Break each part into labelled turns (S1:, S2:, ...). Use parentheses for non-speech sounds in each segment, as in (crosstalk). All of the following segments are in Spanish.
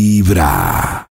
S1: vibra.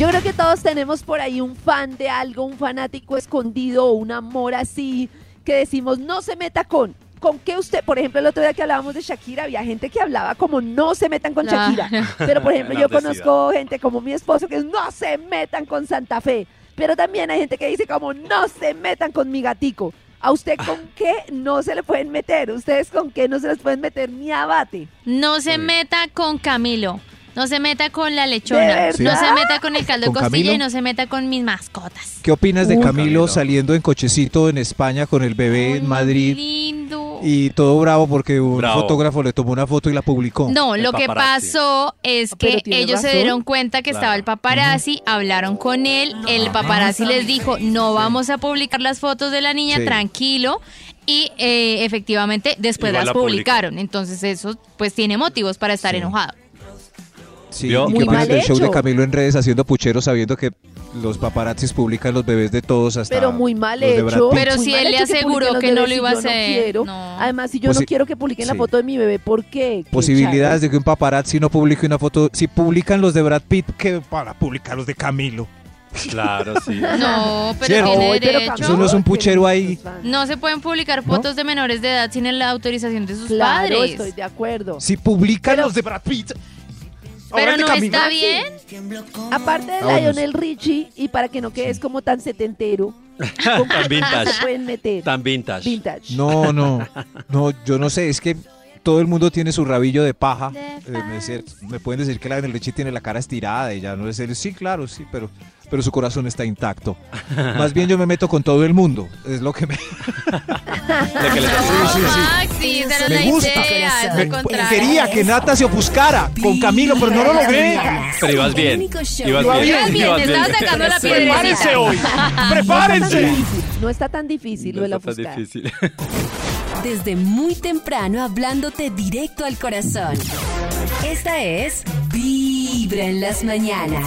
S2: Yo creo que todos tenemos por ahí un fan de algo, un fanático escondido o un amor así que decimos no se meta con. ¿Con qué usted? Por ejemplo, el otro día que hablábamos de Shakira, había gente que hablaba como no se metan con
S3: Claro.
S2: Shakira. Pero, por ejemplo, yo
S4: Enardecida.
S2: conozco gente como mi esposo que es no se metan con Santa Fe. Pero también hay gente que dice como no se metan con mi gatico. ¿A usted con qué no se le pueden meter? ¿Ustedes con qué no se les pueden meter ni abate?
S3: No se meta con Camilo. No se meta con la lechona.
S2: ¿De
S3: No se
S2: verdad?
S3: meta con el caldo de
S5: ¿Con
S3: costilla y
S5: Camilo?
S3: no se meta con mis mascotas.
S5: ¿Qué opinas de
S2: Uy,
S5: Camilo
S4: Camilo.
S5: saliendo en cochecito en España con el bebé
S3: Ay,
S5: en Madrid?
S3: Lindo.
S5: Y todo bravo porque un
S4: Bravo.
S5: fotógrafo le tomó una foto y la publicó.
S3: No,
S4: El
S3: lo que
S4: paparazzi.
S3: pasó es
S2: Pero
S3: que
S2: tiene
S3: ellos se
S2: razón.
S3: dieron cuenta que estaba el paparazzi, hablaron con él, el
S2: Ah,
S3: paparazzi les dijo, no vamos a publicar las fotos de la niña,
S5: Sí.
S3: tranquilo. Y eh, efectivamente después las
S4: Igual la publicó.
S3: publicaron, entonces eso pues tiene motivos para estar enojado.
S5: (laughs) Sí,
S4: ¿Vio?
S5: ¿y
S4: Muy
S5: ¿Qué opinas
S2: mal
S5: del show
S2: hecho.
S5: de Camilo en redes haciendo pucheros sabiendo que los paparazzis publican los bebés de todos hasta
S2: Pero muy mal
S5: los de Brad
S2: hecho.
S5: Pitt?
S3: Pero
S2: Muy
S3: si
S2: mal
S3: él le
S2: hecho publiquen
S3: aseguró
S2: los
S3: que no
S2: bebés
S3: lo
S2: y
S3: iba a
S2: yo no
S3: hacer,
S2: quiero.
S3: no.
S2: Además, si yo
S5: Posi-
S2: no quiero que publiquen la
S5: sí.
S2: foto de mi bebé, ¿por qué? Qué
S5: Posibilidades
S2: charro.
S5: de que un paparazzi no publique una foto. Si publican los de Brad Pitt, que para publicar los de Camilo.
S4: Claro, sí.
S3: No, (laughs) pero
S5: Cierto.
S3: tiene
S2: Ay, pero
S3: derecho.
S2: Camilo,
S5: Eso no es un
S2: tiene
S5: puchero
S2: muchos
S5: ahí.
S2: fans.
S3: No se pueden publicar fotos de menores de edad sin la autorización de sus
S2: Claro,
S3: padres.
S2: estoy de acuerdo.
S5: Si publican
S2: Pero-
S5: los de Brad Pitt. ahora
S3: Pero
S5: el de
S3: no
S5: Camilo.
S3: está bien.
S2: Aparte de
S5: Ah, bueno,
S2: Lionel Richie, y para que no quedes como tan setentero, ¿con qué
S4: Tan vintage.
S2: más se pueden meter?
S4: Tan vintage.
S2: Vintage.
S5: No, no, no, yo no sé, es que todo el mundo tiene su rabillo de paja.
S3: De
S5: eh, me, decir- me pueden decir que la del Richie tiene la cara estirada y ya no es él. Sí, claro, sí, pero, pero su corazón está intacto. Más bien yo me meto con todo el mundo, es lo que me...
S4: Lo que le está
S3: No,
S4: pasando.
S3: Maxi, esa era
S5: Me
S3: la
S5: gusta.
S3: idea, es lo
S5: me-
S3: contrario.
S5: quería que Nata se ofuscara con Camilo, pero no lo logré.
S4: Pero ibas bien. Ibas bien.
S3: Ibas bien, te estaba sacando
S4: (laughs)
S3: la piedrecita.
S5: Prepárense hoy, prepárense.
S2: (laughs) No está tan difícil, No está tan difícil lo de la
S4: No está tan
S2: ofuscada.
S4: difícil.
S6: Desde muy temprano hablándote directo al corazón. Esta es Vibra en las mañanas.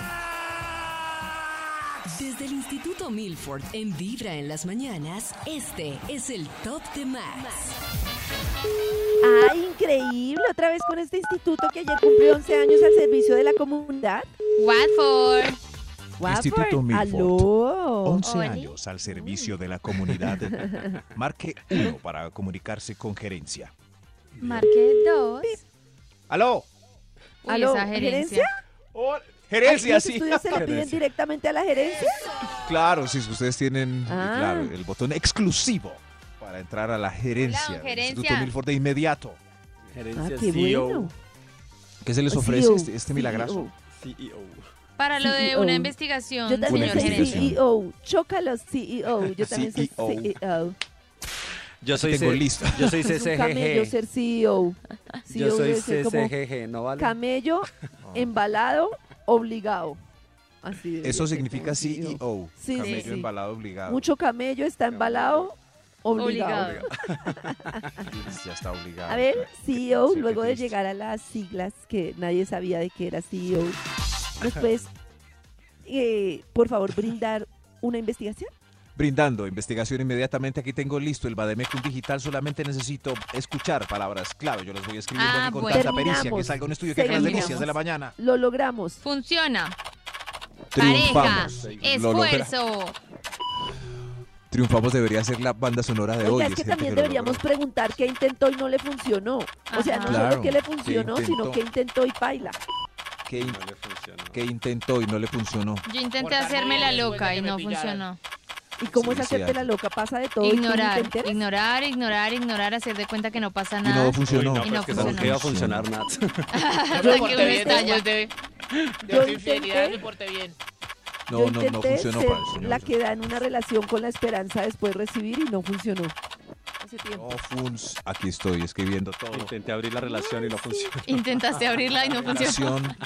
S6: Desde el Instituto Milford, en Vibra en las mañanas, este es el Top de Max. (laughs)
S2: ¡Ay, Ah, increíble! Otra vez con este instituto que ayer cumplió 11 años al servicio de la comunidad.
S3: What for?
S2: Watford,
S5: Instituto Milford.
S2: ¡Aló!
S5: 11
S3: Oli.
S5: años al servicio de la comunidad. Marque 1 para comunicarse con gerencia.
S3: Marqué dos.
S5: ¿Aló?
S3: Uy,
S2: ¿Aló,
S3: esa gerencia.
S2: gerencia?
S5: Oh, gerencia,
S2: ¿Los
S5: sí.
S2: estudios se lo piden directamente a la gerencia?
S5: Claro, si ustedes tienen eh,
S2: Ah.
S5: claro, el botón exclusivo para entrar a la gerencia
S3: Hola, don
S5: del
S3: gerencia.
S5: Instituto Milford de inmediato.
S2: Ah,
S4: Gerencia
S2: qué
S4: CEO.
S2: bueno. Ah, E
S5: ¿Qué
S4: Oh,
S5: se les ofrece
S4: E
S2: CEO,
S5: este, este milagrazo?
S2: CEO.
S4: CEO.
S3: Para lo de
S2: CEO.
S3: una investigación,
S2: E Yo también
S5: Una
S3: señor
S2: soy E
S3: gerente.
S5: investigación.
S2: CEO. Chócalo, CEO. Yo también soy
S5: CEO.
S2: CEO.
S4: Yo soy
S5: Tengo
S4: C- E
S5: listo.
S4: Yo soy
S2: Es un camello
S4: CCGG.
S2: ser E CEO. CEO
S4: Yo soy
S2: debe ser como
S4: CCGG, no vale.
S2: Camello,
S5: Ah.
S2: embalado, obligado. Así debe
S5: Eso
S2: ser,
S5: significa
S2: ¿no?
S5: CEO.
S2: E Sí,
S5: camello
S3: sí, sí.
S5: embalado obligado.
S2: Mucho (laughs) camello está embalado, obligado.
S3: Obligado.
S5: (laughs) Ya está obligado. (laughs)
S2: A ver, CEO,
S5: Sí, qué
S2: luego de
S5: triste.
S2: llegar a las siglas que nadie sabía de que
S5: (laughs)
S2: era CEO, ¿nos puedes, eh, por favor, brindar una investigación?
S5: Brindando investigación inmediatamente. Aquí tengo listo el Bademecum digital. Solamente necesito escuchar palabras clave. Yo las voy escribiendo
S3: Ah,
S5: aquí con
S3: bueno.
S5: tanta pericia que
S2: Terminamos.
S5: salga un estudio que haga las
S2: Terminamos.
S5: delicias de la mañana.
S2: Lo logramos.
S3: Funciona. Pareja.
S5: Triunfamos. Lo logra-
S3: Esfuerzo.
S5: Triunfamos debería ser la banda sonora de hoy.
S2: Oiga, es
S5: es
S2: que
S5: gente
S2: también
S5: lo
S2: deberíamos
S5: logró.
S2: preguntar qué intentó y no le funcionó. O sea,
S3: Ajá.
S2: no
S5: Claro,
S2: solo qué le
S5: qué
S2: funcionó, sino
S5: intentó.
S2: qué intentó y baila.
S5: ¿Qué, in-
S4: No le funcionó.
S5: qué intentó y no le funcionó?
S3: Yo intenté hacerme la loca y no
S2: (laughs)
S3: funcionó.
S2: ¿Y
S5: Sí,
S2: cómo es
S5: sí,
S2: hacerte
S5: hay.
S2: la loca? Pasa de todo. y tú ni te
S3: Ignorar,
S2: enteras.
S3: ignorar, ignorar, ignorar, hacer de cuenta que no pasa
S5: Y no
S3: nada.
S5: funcionó.
S3: Y no
S4: Pues que sabes
S3: funcionó.
S4: que iba a funcionar, Nat.
S3: Hasta
S7: Yo me
S3: que
S7: porté
S3: uno
S7: bien,
S3: está,
S7: ¿no?
S3: yo te-
S7: Yo
S2: Yo
S7: sin seriedad
S2: intenté-
S7: me porté bien.
S5: No,
S2: Yo
S5: no, no
S2: intenté
S5: funcionó
S2: ser
S5: para el señor.
S2: la que da en una relación con la esperanza de después recibir y no funcionó. O hace tiempo.
S5: No, Funs, aquí estoy escribiendo todo.
S4: Intenté abrir la relación y no funcionó.
S3: Intentaste abrirla y no funcionó.
S5: Relación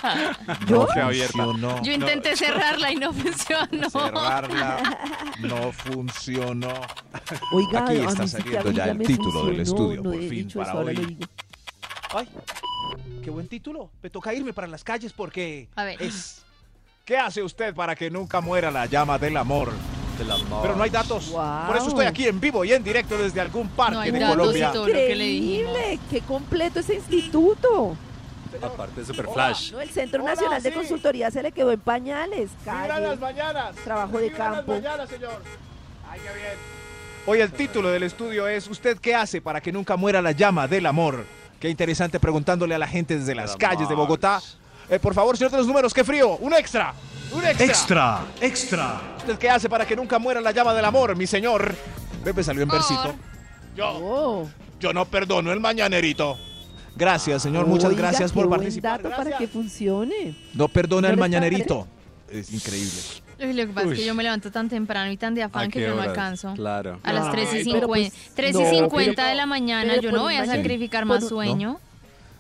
S4: ¿Yo?
S5: no
S4: Fue abierta.
S5: funcionó.
S3: Yo intenté cerrarla y no funcionó.
S2: (laughs)
S5: Cerrarla no funcionó.
S2: Oiga,
S5: Aquí
S2: a mí
S5: está
S2: sí que
S5: saliendo
S2: a mí
S5: ya el
S2: me
S5: título del
S2: funcionó,
S5: estudio,
S2: no
S5: por
S2: he
S5: fin,
S2: dicho
S5: para
S2: eso, ahora
S5: hoy.
S2: lo digo.
S1: Ay, qué buen título. Me toca irme para las calles porque
S3: A ver.
S1: es
S5: ¿Qué hace usted para que nunca muera la llama del amor? Pero no hay datos.
S2: Guau.
S5: Por eso estoy aquí en vivo y en directo desde algún
S3: No
S5: parque
S3: hay
S5: de
S3: datos
S5: Colombia.
S3: y todo lo que le dijimos.
S2: Increíble, qué completo ese instituto.
S4: Aparte de Super Flash.
S2: No, el Centro
S1: Hola,
S2: Nacional de
S1: sí.
S2: Consultoría se le quedó en pañales.
S1: Vibran
S2: calle.
S1: las mañanas.
S2: trabajo de
S1: Vibran
S2: campo.
S1: las mañanas, señor. Ay, qué bien.
S5: Hoy el título del estudio es ¿Usted qué hace para que nunca muera la llama del amor? Qué interesante preguntándole a la gente desde las
S4: Del
S5: calles de
S4: amor.
S5: Bogotá. Eh, por favor, señor de los números, qué frío. Un extra. Un extra.
S1: Extra, extra.
S5: ¿Usted qué hace para que nunca muera la llama del amor, mi señor? Pepe salió en versito.
S3: Amor.
S1: Yo,
S2: Oh,
S5: Yo no perdono el mañanerito. Gracias, señor. Muchas
S2: oiga,
S5: gracias
S2: qué
S5: por
S2: buen
S5: participar.
S2: dato para que funcione.
S5: No perdona
S2: ¿No
S5: el
S2: le
S5: mañanerito. Es increíble.
S3: (laughs) Uy, Lo que pasa es que
S4: Uy.
S3: yo me levanto tan temprano y tan de afán que
S4: qué
S3: yo no
S4: horas?
S3: alcanzo.
S4: Claro.
S3: A
S5: Ah.
S3: las
S2: Ay,
S3: 3 y 50,
S2: pero pues,
S3: 3 y
S2: no,
S3: 50
S2: pero-
S3: de la mañana,
S2: pero
S3: yo
S2: por
S3: no voy a
S4: pues,
S2: mañana-
S3: sacrificar
S2: por
S3: más
S2: un-
S3: sueño.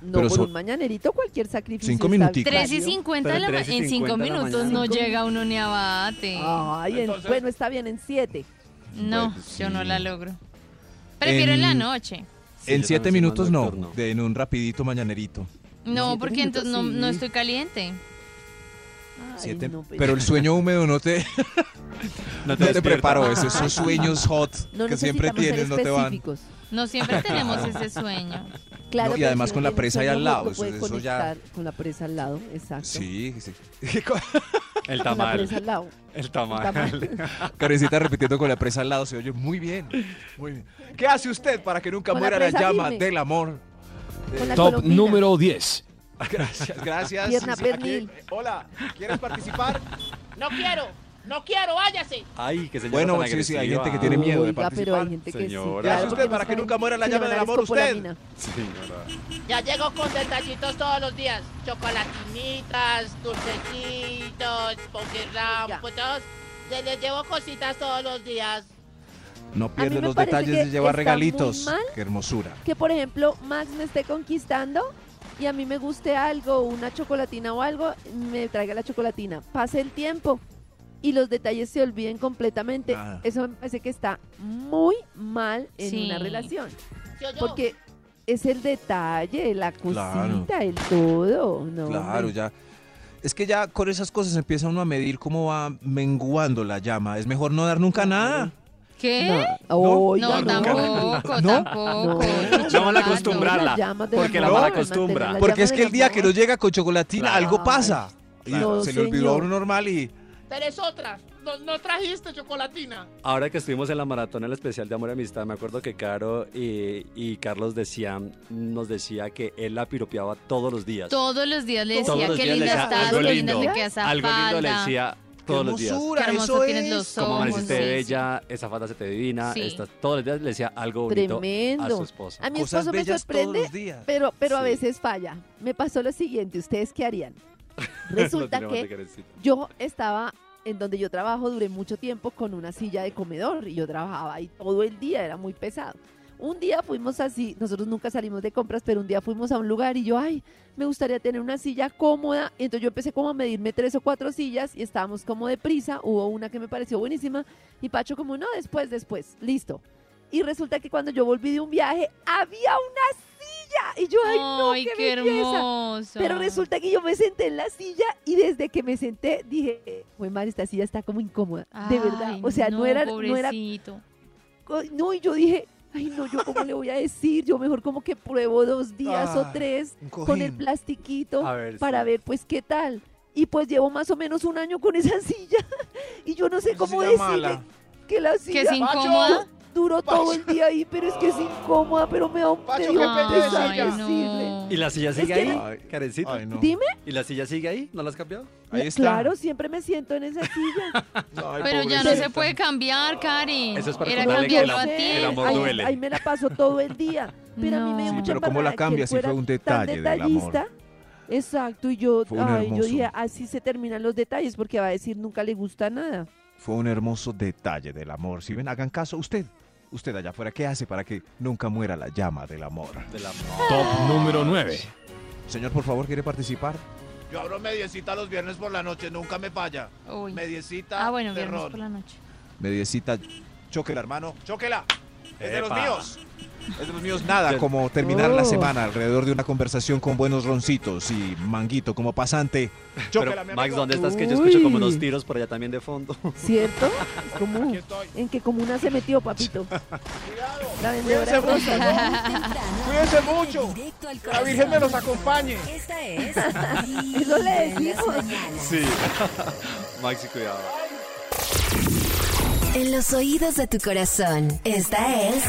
S2: No,
S5: Pero
S2: por
S5: son-
S2: un mañanerito cualquier sacrificio.
S5: Cinco
S2: está
S5: minutitos.
S3: 3 y
S2: válido.
S3: 50
S4: Pero
S3: de la ma-
S4: 3 y
S3: en 5
S4: 50 de la
S3: minutos no
S4: mañana.
S3: llega uno ni a abate.
S2: Ay, en-
S1: Entonces-
S2: bueno, está bien en siete.
S3: No,
S5: Bueno, pues
S4: Pues
S5: sí.
S3: yo no la logro. Prefiero en la
S5: En-
S3: noche.
S4: Sí,
S5: en
S4: yo
S5: siete
S4: también soy
S5: minutos
S4: más
S5: no.
S4: nocturno.
S5: de- en un rapidito mañanerito.
S3: No,
S2: siete
S3: porque
S2: minutos,
S3: entonces no,
S2: sí.
S3: no estoy caliente.
S2: Ay,
S5: Siete-
S2: no, pues-
S5: pero el sueño húmedo no
S4: (laughs)
S5: te,
S4: No
S5: no te
S4: despierta.
S5: preparo eso, esos sueños hot
S2: No
S5: que siempre
S2: necesitamos ser
S5: tienes no te van.
S2: específicos.
S3: No siempre tenemos ese
S5: (laughs)
S3: sueño.
S2: Claro,
S5: No, y
S2: pero
S5: además
S2: si
S5: con la
S2: tiene
S5: presa ahí
S2: sueño,
S5: al lado,
S2: lo
S5: eso-
S2: puede
S5: eso ya-
S2: conectar Con la presa al lado, exacto. (laughs)
S5: Sí, sí.
S4: El
S2: Con la presa
S4: tamal.
S2: al lado.
S4: El tamal.
S5: (laughs) Karencita repitiendo con la presa al lado se oye muy bien. Muy bien. ¿Qué hace usted para que nunca
S2: Con la
S5: muera la,
S2: presa
S5: llama
S2: firme.
S5: del amor?
S2: Con la
S7: Top
S2: colombina.
S7: número 10.
S5: Gracias, gracias.
S2: Pierna
S5: aquí-
S2: pernil.
S5: Hola, ¿quieres participar?
S8: No quiero, no quiero, váyase.
S4: Ay, que se
S5: Bueno, sí, sí, hay gente que tiene miedo de
S2: Oiga, pero hay
S5: participar.
S2: gente que
S4: señora.
S2: sí.
S4: ¿Qué hace
S2: porque
S5: usted
S2: no
S5: para que
S2: saben
S5: nunca muera la
S2: si
S5: llama
S2: van a
S5: del
S2: la
S5: amor, usted?
S2: escopolamina.
S4: Señora.
S8: Ya llego con detallitos todos los días. Chocolatinitas, dulcecitos, pues
S2: Ya.
S8: poquerramputos. Se les llevo cositas todos los días.
S5: No
S2: mí
S5: pierde
S2: me
S5: los
S2: parece
S5: detalles
S2: que
S5: de llevar
S2: está
S5: regalitos.
S2: muy mal.
S5: Qué hermosura.
S2: Que por ejemplo Max me esté conquistando y a mí me guste algo, una chocolatina o algo, me traiga la chocolatina. Pase el tiempo y los detalles se olviden completamente.
S5: Nada.
S2: Eso me parece que está muy mal en
S3: Sí.
S2: una relación.
S8: ¿Sí oyó?
S2: Porque es el detalle, la cosita,
S5: Claro.
S2: el todo. No,
S5: Claro,
S2: hombre.
S5: ya. Es que ya con esas cosas empieza uno a medir cómo va menguando la llama. Es mejor no dar nunca nada.
S3: ¿Qué?
S2: No, oiga,
S3: No,
S2: no.
S3: tampoco,
S2: No,
S3: tampoco.
S4: Ya van a
S3: Chocolate.
S4: acostumbrar. acostumbrarla,
S2: las llamas del
S4: porque la
S2: amor,
S4: mala
S2: mantener
S4: acostumbra.
S2: las
S5: Porque es
S2: llamas
S5: que
S2: del
S5: el día que
S2: amor.
S5: no llega con chocolatina,
S4: Claro.
S5: algo pasa. Y
S2: No,
S5: se le olvidó a
S2: señor.
S5: uno normal y
S8: Tres otras. No, no trajiste chocolatina.
S4: Ahora que estuvimos en la maratón, el especial de Amor y Amistad, me acuerdo que Caro y, y Carlos decían, nos decía que él la piropeaba todos los días.
S3: Todos los días le
S4: Todos
S3: decía,
S4: los
S3: qué
S4: días le
S3: linda
S4: decía
S3: estás,
S4: algo
S3: qué linda
S4: lindo,
S3: te quedas a
S4: Algo lindo le
S3: falda,
S4: decía
S5: qué
S4: todos los días.
S5: hermosura,
S3: Qué hermoso
S5: eso
S3: tienes
S5: es.
S3: los
S4: Como
S3: ojos.
S4: amaneciste
S3: sí, sí.
S4: bella, esa falda se te divina,
S3: Sí.
S4: estas- todos los días le decía algo bonito a
S2: Tremendo.
S4: su esposo.
S2: A mi
S5: cosas
S2: esposo me
S5: bellas todos
S2: sorprende,
S5: los días.
S2: pero, pero a
S4: Sí.
S2: veces falla. Me pasó lo siguiente, ¿ustedes qué
S4: (laughs)
S2: harían? Resulta
S4: Lo tenemos de
S2: que
S4: Karencita.
S2: yo estaba en donde yo trabajo, duré mucho tiempo con una silla de comedor y yo trabajaba ahí todo el día, era muy pesado. Un día fuimos así, nosotros nunca salimos de compras, pero un día fuimos a un lugar y yo, ay, me gustaría tener una silla cómoda. Entonces yo empecé como a medirme tres o cuatro sillas y estábamos como de prisa. Hubo una que me pareció buenísima y Pacho como, no, después, después, listo. Y resulta que cuando yo volví de un viaje, había una silla. Y yo, ay, no,
S3: Ay,
S2: qué,
S3: qué
S2: belleza.
S3: hermoso.
S2: Pero resulta que yo me senté en la silla y desde que me senté dije, eh, güey, madre, esta silla está como incómoda. de verdad.
S3: Ay,
S2: O sea, no, era, no era.
S3: pobrecito.
S2: co- No, y yo dije, ay, no, yo cómo le voy a decir. Yo mejor como que pruebo dos días o
S5: Ah,
S2: tres
S5: un
S2: con el
S5: cojín.
S2: plastiquito
S4: A ver,
S2: para
S4: sí.
S2: ver, pues, qué tal. Y pues llevo más o menos un año con esa (laughs) silla. Y yo no sé
S5: Una
S2: cómo
S5: silla
S2: decirle
S5: mala.
S2: que la
S3: Que
S2: silla
S3: es incómoda.
S2: duró todo
S1: Pacho.
S2: el día ahí, pero es que es incómoda, pero me da un
S1: Pacho,
S2: me
S1: qué
S2: dio un
S1: pena esa
S3: Ay,
S2: pesar
S1: silla.
S2: decirle.
S3: no.
S4: ¿Y la silla sigue
S2: que
S4: ahí,
S2: no-
S5: Ay,
S4: Karencita?
S5: Ay, no.
S2: Dime,
S4: ¿Y la silla sigue ahí? ¿No la has cambiado?
S5: Ahí
S2: la-
S5: está.
S2: claro, siempre me siento en esa silla.
S5: Ay,
S3: Pero ya no
S5: pobrecita.
S3: se puede cambiar, Karen.
S4: Eso es para
S3: Era
S4: recordarle que
S3: cambiarlo
S4: el
S3: a
S4: am-
S3: ti.
S4: el amor
S2: ahí,
S4: duele.
S2: ahí me la paso todo el día. Pero a mí me dio
S3: No.
S2: mucha
S5: Sí, pero ¿cómo la
S2: embarrada que
S5: cambia?
S2: él
S5: Sí fue
S2: fuera
S5: un
S2: tan
S5: detalle del amor.
S2: detallista. Exacto, y yo,
S5: Fue un
S2: ay, yo
S5: hermoso.
S2: dije, así se terminan los detalles porque va a decir nunca le gusta nada.
S5: Fue un hermoso detalle del amor. Si ven, hagan caso. Usted, usted allá afuera, ¿qué hace para que nunca muera la llama del amor?
S4: Del amor.
S7: Top número 9.
S5: Señor, por favor, ¿quiere participar?
S1: Yo abro mediecita los viernes por la noche, nunca me falla.
S3: Uy.
S1: Mediecita
S3: Ah, bueno, viernes
S1: terror.
S3: por la noche.
S5: Mediecita, choque la hermano.
S1: ¡Chóquela! ¡Es de los
S4: Epa.
S1: míos!
S5: Es de los míos nada como terminar la
S2: Oh.
S5: semana alrededor de una conversación con buenos roncitos y manguito como pasante.
S1: ¡Chóquela, mi
S4: Pero, Max,
S1: amigo!
S4: ¿dónde estás? Que yo escucho como
S2: Uy.
S4: unos tiros por allá también de fondo.
S2: ¿Cierto? Es como
S1: Aquí estoy.
S2: en qué comuna se metió, papito.
S1: ¡Cuidado!
S2: La vendedora de
S1: Cuídense
S2: rosas. (laughs)
S1: Cuídense mucho.
S6: Directo al
S1: ¡La Virgen me
S6: corazón.
S1: los acompañe!
S5: (laughs)
S6: Esta es.
S2: Eso le
S6: Vibra en las
S2: decimos.
S6: mañanas.
S4: Sí. (laughs) Maxi, cuidado.
S6: En los oídos de tu corazón, esta es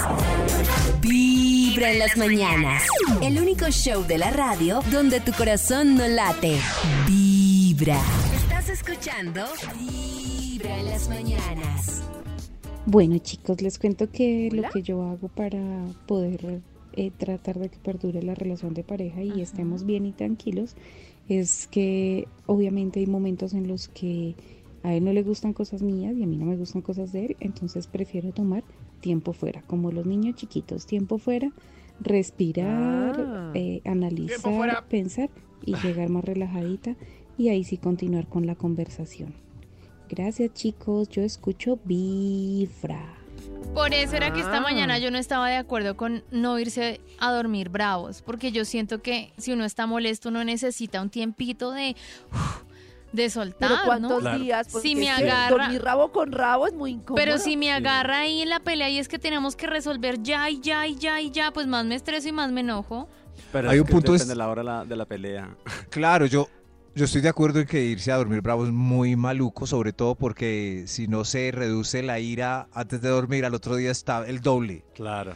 S6: Vibra en las mañanas. El único show de la radio donde tu corazón no late. Vibra. ¿Estás escuchando? Vibra en las mañanas.
S9: Bueno, chicos, les cuento que
S2: Hola.
S9: lo que yo hago para poder eh, tratar de que perdure la relación de pareja y
S3: Ajá.
S9: estemos bien y tranquilos es que obviamente hay momentos en los que a él no le gustan cosas mías y a mí no me gustan cosas de él, entonces prefiero tomar tiempo fuera, como los niños chiquitos, tiempo fuera, respirar,
S2: Ah.
S9: eh, analizar,
S1: fuera.
S9: pensar y llegar más relajadita y ahí sí continuar con la conversación. Gracias chicos, yo escucho Bifra.
S3: Por eso era que esta
S2: Ah.
S3: mañana yo no estaba de acuerdo con no irse a dormir bravos, porque yo siento que si uno está molesto uno necesita un tiempito de, uf, de soltar,
S2: Pero
S3: ¿no?
S2: cuántos
S4: Claro.
S2: días, porque
S3: Si me
S2: es que
S3: agarra-
S2: dormir rabo con rabo es muy incómodo.
S3: Pero si me agarra ahí en la pelea y es que tenemos que resolver ya y ya y ya y ya, pues más me estreso y más me enojo.
S4: Pero
S5: Hay
S4: es
S5: un
S4: que
S5: punto es-
S4: depende de la hora la- de la pelea.
S5: Claro, yo, yo estoy de acuerdo en que irse a dormir bravo es muy maluco, sobre todo porque si no se reduce la ira antes de dormir, al otro día está el doble,
S4: Claro.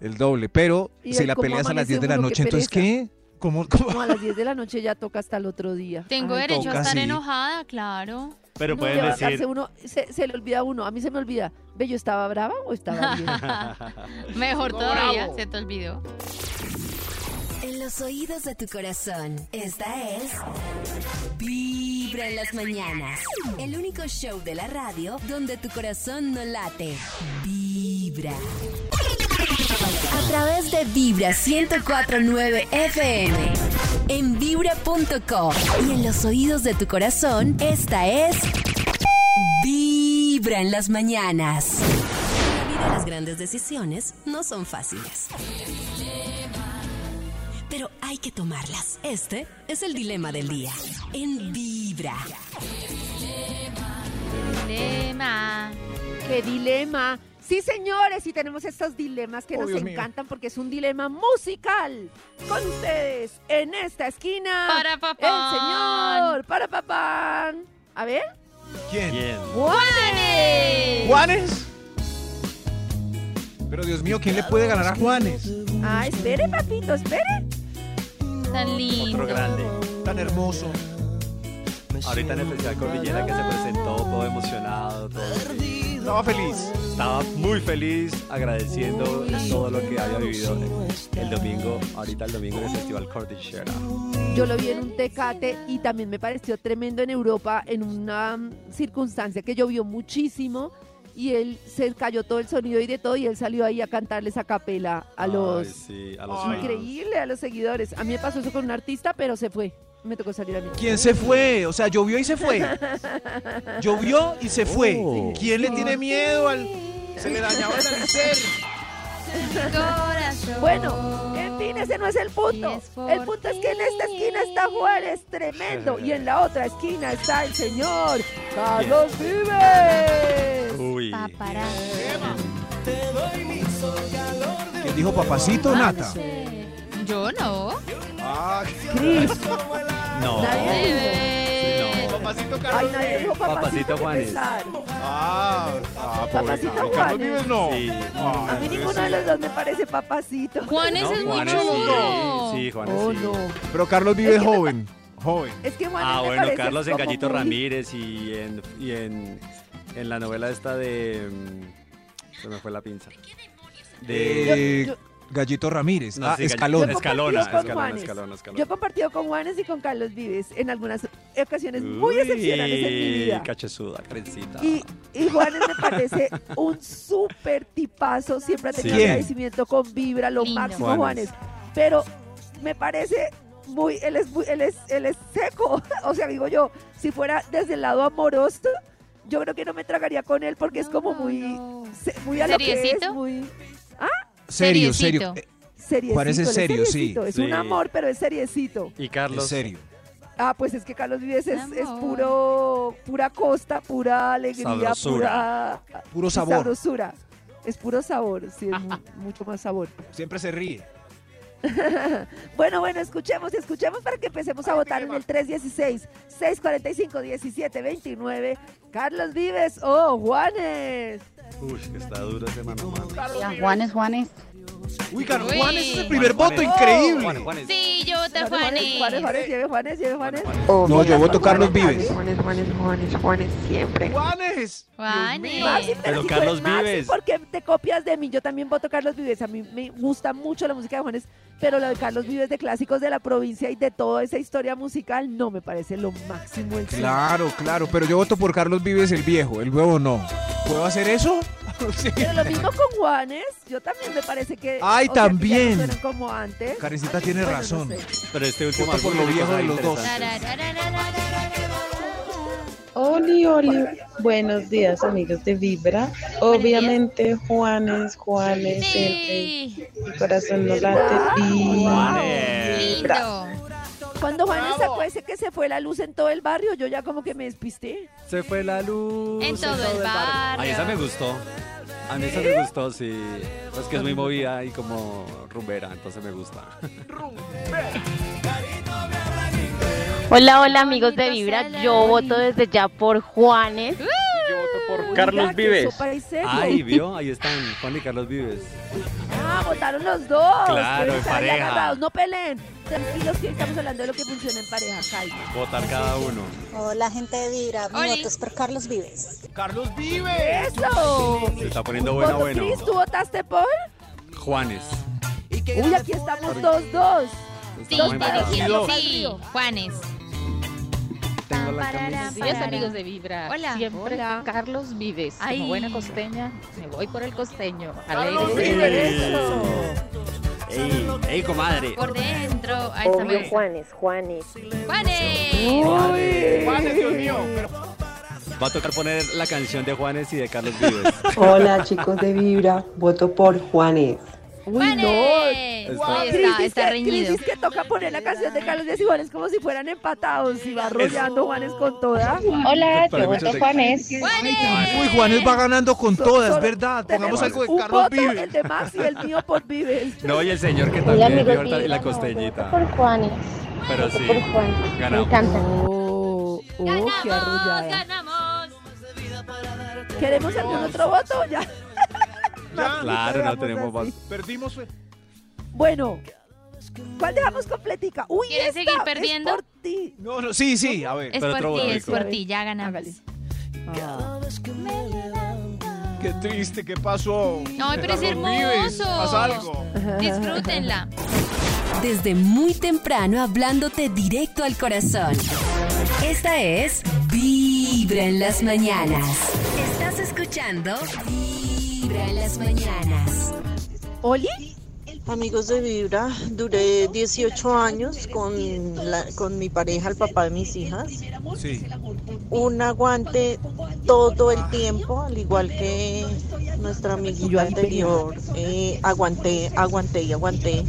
S5: el doble. Pero
S2: ¿Y
S5: si
S2: el
S5: la
S2: cómo
S5: peleas a las 10 de la noche,
S2: amanece uno? ¡Qué
S5: entonces ¿qué? ¿Cómo, cómo?
S2: Como a las 10 de la noche ya toca hasta el otro día.
S3: Tengo
S2: Ay,
S3: derecho
S5: toca,
S3: a estar
S5: sí.
S3: enojada, claro.
S7: Pero
S2: no,
S7: pueden
S2: levantarse
S7: decir,
S2: uno, se, se le olvida a uno. A mí se me olvida. ¿Ve, yo estaba brava o estaba
S6: (laughs)
S2: bien?
S3: (laughs) Mejor
S1: Sigo
S3: todavía,
S1: bravo.
S3: se te olvidó.
S6: En los oídos de tu corazón, esta es Vibra en las mañanas. El único show de la radio donde tu corazón no late. Vibra. A través de Vibra 104.9 FM. En vibra.co. Y en los oídos de tu corazón, esta es Vibra en las mañanas. En la vida las grandes decisiones no son fáciles pero hay que tomarlas. Este es el dilema del día. En Vibra.
S3: Lema.
S2: ¡Qué dilema! Sí, señores, y tenemos estos dilemas que
S5: Oh,
S2: nos
S5: Dios mío.
S2: encantan porque es un dilema musical. Con ustedes, en esta esquina,
S3: Para
S2: el
S3: papá.
S2: señor, para papán. A ver,
S5: ¿Quién?
S4: Bien.
S2: Juanes.
S1: ¿Juanes?
S5: Pero Dios mío, ¿quién le puede ganar a Juanes?
S2: Ah, espere, papito, espere.
S3: Tan lindo.
S4: Otro grande.
S5: Tan hermoso.
S4: Ahorita en especial con Villera que se presentó todo emocionado, todo feliz.
S1: Estaba feliz.
S4: Estaba muy feliz agradeciendo todo lo que había vivido el domingo, ahorita el domingo en el Festival Cordillera.
S2: Yo lo vi en un tecate y también me pareció tremendo en Europa en una mm, circunstancia que llovió muchísimo y él se cayó todo el sonido y de todo y él salió ahí a cantarles a capela a los...
S4: Ay, sí, a los
S1: Ay.
S4: fans.
S2: Increíble a los seguidores. A mí me pasó eso con un artista, pero se fue. Me tocó salir a mí.
S1: ¿Quién se
S2: (laughs)
S1: fue? O sea, llovió y se fue. Llovió y se fue.
S4: Oh.
S1: ¿Quién le tiene miedo al.? Se le dañaba el alicer.
S3: Corazón.
S2: Bueno, en fin, ese no es el punto.
S3: Es por
S2: El punto es que en esta esquina está Juárez, tremendo. Y en la otra esquina está el señor Carlos Vives.
S4: Uy,
S3: Paparazzi.
S5: ¿Quién dijo papacito
S4: Ah,
S5: o Nata?
S3: Ah, Yo no.
S4: no.
S2: Nadie dijo.
S3: Bebé.
S1: Papacito
S2: Ay,
S1: Carlos.
S2: nadie dijo papacito.
S4: Papacito
S2: qué
S4: Juárez.
S2: pesar.
S1: Ah, ah,
S2: Papacito
S1: pobre.
S2: Juanes.
S1: Carlos Vives no.
S4: Sí.
S2: A mí ninguno de los dos me parece papacito.
S3: Juanes
S4: Ah, No,
S3: es muy
S4: Juanes
S3: chulo.
S4: sí, sí, Juanes
S2: Oh,
S4: sí.
S2: no.
S5: Pero Carlos vive joven. Joven.
S2: Es que Juanes
S4: Ah,
S2: me
S4: bueno,
S2: parece
S4: Carlos en
S2: como
S4: Gallito
S2: muy-
S4: Ramírez y en, y en, en la novela esta de... mm, Se me fue la pinza.
S2: Yo-
S4: De...
S2: yo-
S5: Gallito Ramírez.
S4: No,
S5: ah,
S4: sí, Gall-
S5: Escalona.
S2: Yo
S4: Escalona,
S2: compartí con
S4: Escalona,
S2: Juanes.
S4: Escalona, Escalona.
S2: Yo he compartido con Juanes y con Carlos Vives en algunas ocasiones muy excepcionales en mi
S4: Uy,
S2: vida.
S4: Cachezuda, Karencita.
S2: Y, y Juanes me parece un súper tipazo, siempre ha tenido
S5: Sí.
S2: agradecimiento con vibra, lo
S3: Lindo.
S2: máximo Juanes.
S4: Juanes.
S2: Pero me parece muy, él es, muy- él es, él es seco, (laughs) o sea, digo yo, si fuera desde el lado amoroso, yo creo que no me tragaría con él porque es como
S3: No,
S2: muy,
S3: no.
S2: se- muy a lo que es,
S3: ¿Seriecito?
S2: muy ¿ah?
S5: Serio,
S3: Seriecito.
S5: serio.
S2: seriecito.
S5: Juanes es
S2: él
S5: serio, sí.
S2: seriecito, Es
S4: Sí.
S2: un amor, pero es seriecito.
S4: Y
S5: En
S4: Carlos.
S5: serio.
S2: Ah, pues es que Carlos Vives es, es
S3: Amor.
S2: puro, pura costa, pura alegría,
S4: Sabrosura.
S2: pura
S5: Puro sabor.
S2: sabrosura. Es puro sabor, sí, es mu- mucho más sabor. (laughs)
S5: Siempre se ríe.
S2: Bueno, bueno, escuchemos, escuchemos para que empecemos a votar en el 316-645-1729. Carlos Vives o Juanes.
S4: Uy, está duro ese mano a mano.
S9: Ya, Juanes, Juanes.
S5: Uy,
S3: Carlos, Uy.
S5: Juanes es el primer voto, increíble.
S4: Juan, Juanes.
S3: Sí, yo voté a
S2: Juanes, Juanes,
S3: Juanes.
S2: Juanes, lleve Juanes, lleve Juanes.
S5: No, yo voto Carlos Vives.
S7: Juanes, Juanes, Juanes, Juanes, siempre.
S1: ¡Juanes!
S2: Maxi,
S3: Juanes.
S4: Pero
S2: sí fue
S4: Carlos
S2: Maxi,
S4: Vives.
S2: ¿Por qué te copias de mí? Yo también voto Carlos Vives. A mí me gusta mucho la música de Juanes, pero la de Carlos Vives de clásicos de la provincia y de toda esa historia musical no me parece lo máximo. El
S5: Claro, claro, pero yo voto por Carlos Vives el viejo, el nuevo no. ¿Puedo hacer eso? sí.
S2: Pero lo mismo con Juanes, yo también me parece que.
S5: Ay,
S2: o sea, que ya no
S5: también.
S2: suenan como antes.
S5: Karencita tiene
S2: Bueno, no
S5: razón.
S2: sé.
S4: Pero este último
S5: Voto por
S4: álbum
S5: lo
S4: tiene
S5: viejo de los
S4: cosas
S5: dos.
S4: interesantes.
S7: Oli, Oli, buenos días, amigos de Vibra. Obviamente, Juanes, Juanes, siempre.
S3: Sí,
S7: Mi corazón no late.
S4: Juanes.
S7: Vibra.
S3: lindo.
S2: ah, Cuando Juanes sacó ese que se fue la luz en todo el barrio, yo ya como que me despisté.
S4: Se fue la luz.
S3: En todo el barrio.
S4: A esa me gustó. A mí esa me gustó, sí. Es que es muy movida y como rumbera, entonces me gusta.
S10: Hola, hola amigos de
S3: Bonito
S10: Vibra,
S3: sea la
S10: yo voto
S3: vida.
S10: desde ya por Juanes.
S2: Oiga,
S11: por
S2: qué
S11: Carlos Vives.
S2: sopa de seco.
S4: Ahí, ¿vio? Ahí están Juan y Carlos Vives.
S2: Ah, votaron los dos.
S4: Claro,
S2: Deben
S4: en
S2: estar ahí
S4: pareja.
S2: agarrados, No peleen. Tranquilos que estamos hablando de lo que funciona en pareja, Calma.
S4: Votar cada uno.
S10: Hola gente de Vibra,
S3: Mi Oli. voto es
S10: por Carlos Vives.
S1: ¡Carlos vive!
S2: ¡Eso!
S4: Se está poniendo bueno,
S2: ¿Voto
S4: bueno.
S2: Cris? ¿Tú votaste por?
S4: Juanes.
S2: Uy, aquí estamos dos, dos.
S3: Sí,
S4: Está muy
S3: dirigimos.
S4: parecido.
S3: Sí, Juanes.
S4: Tengo la camisa.
S3: Días, amigos
S10: de Vibra.
S3: Hola.
S10: Siempre
S2: Hola.
S10: Carlos Vives.
S3: Como Ay. buena
S10: costeña, me voy por el costeño.
S1: Carlos
S4: Vives.
S2: Eso.
S4: Ey, ey, comadre.
S3: Por dentro. Ahí está me gusta.
S7: Juanes, Juanes.
S3: Juanes.
S2: Uy.
S1: ¡Juanes, Dios mío! Pero
S4: Va a tocar poner la canción de Juanes y de Carlos Vives.
S7: Hola, chicos de Vibra. Voto por Juanes.
S2: Uy, no.
S3: Juanes.
S4: Está-
S3: Ahí
S2: Cris
S3: está,
S2: dice-
S3: está
S2: Cris
S3: reñido.
S2: dice que toca poner la canción de Carlos Díaz y Juanes como si fueran empatados y va arrollando Juanes con toda.
S9: Hola,
S4: Para yo muchos voto de-
S9: Juanes.
S3: Juanes.
S5: Uy, Juanes va ganando con
S2: So-
S5: todas,
S2: solo
S5: ¿verdad? Pongamos
S2: tenemos
S5: algo de
S2: un
S5: Carlos
S2: voto,
S5: Vives.
S2: El de Max y el mío por
S5: (laughs)
S2: Vives.
S4: No, y el señor que también
S9: amigos
S4: dijo la- la costeñita.
S9: Juanes.
S4: Pero sí,
S9: Juanes.
S4: ganamos.
S2: Oh, oh, qué
S3: Ganamos,
S2: arrullada.
S3: ganamos.
S2: ¿Queremos algún otro voto? Ya.
S1: ya,
S4: Claro, no
S2: Quedamos
S4: tenemos
S2: así.
S4: más.
S1: perdimos. fe.
S2: Bueno, ¿cuál dejamos completica? Uy,
S3: ¿Quieres
S2: esta
S3: seguir
S2: es
S3: perdiendo?
S2: por ti.
S5: No, no, sí, sí, a ver.
S3: Es
S4: Pero otro
S3: por ti,
S4: voto,
S3: es
S4: Nico.
S3: por ti. Ya ganamos.
S2: Hágale. Ah.
S1: Qué triste, ¿qué pasó?
S3: Ay, pero es
S1: Carlos Vives,
S3: hermoso.
S1: Haz algo.
S3: Disfrútenla.
S6: (laughs) Desde muy temprano hablándote directo al corazón. Esta es Vibra en las mañanas. Estás escuchando Vibra en las mañanas.
S2: ¿Oli?
S7: Amigos de Vibra, duré 18 años con, la- con mi pareja, el papá de mis hijas.
S5: Sí.
S7: Un aguante todo el tiempo, al igual que nuestra amiguita anterior. eh, aguanté, aguanté y aguanté.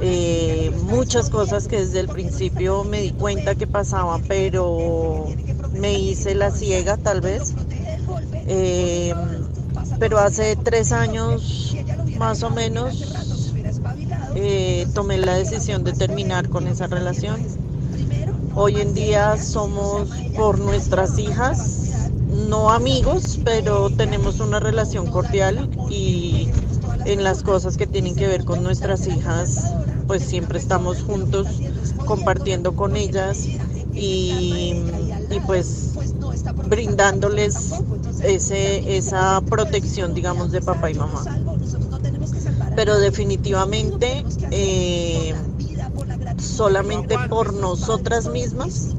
S7: Eh, muchas cosas que desde el principio me di cuenta que pasaban, pero me hice la ciega tal vez. Eh, pero hace tres años más o menos eh, tomé la decisión de terminar con esa relación. Hoy en día somos por nuestras hijas, no amigos, pero tenemos una relación cordial y en las cosas que tienen que ver con nuestras hijas, pues siempre estamos juntos compartiendo con ellas y, y pues brindándoles ese, esa protección, digamos, de papá y mamá. pero definitivamente eh, solamente por nosotras mismas,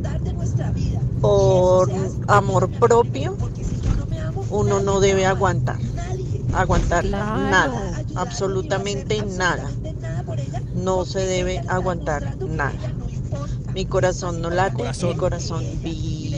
S7: por amor propio, uno no debe aguantar, aguantar nada, absolutamente nada. No se debe aguantar nada. Mi corazón no late, mi corazón vibra.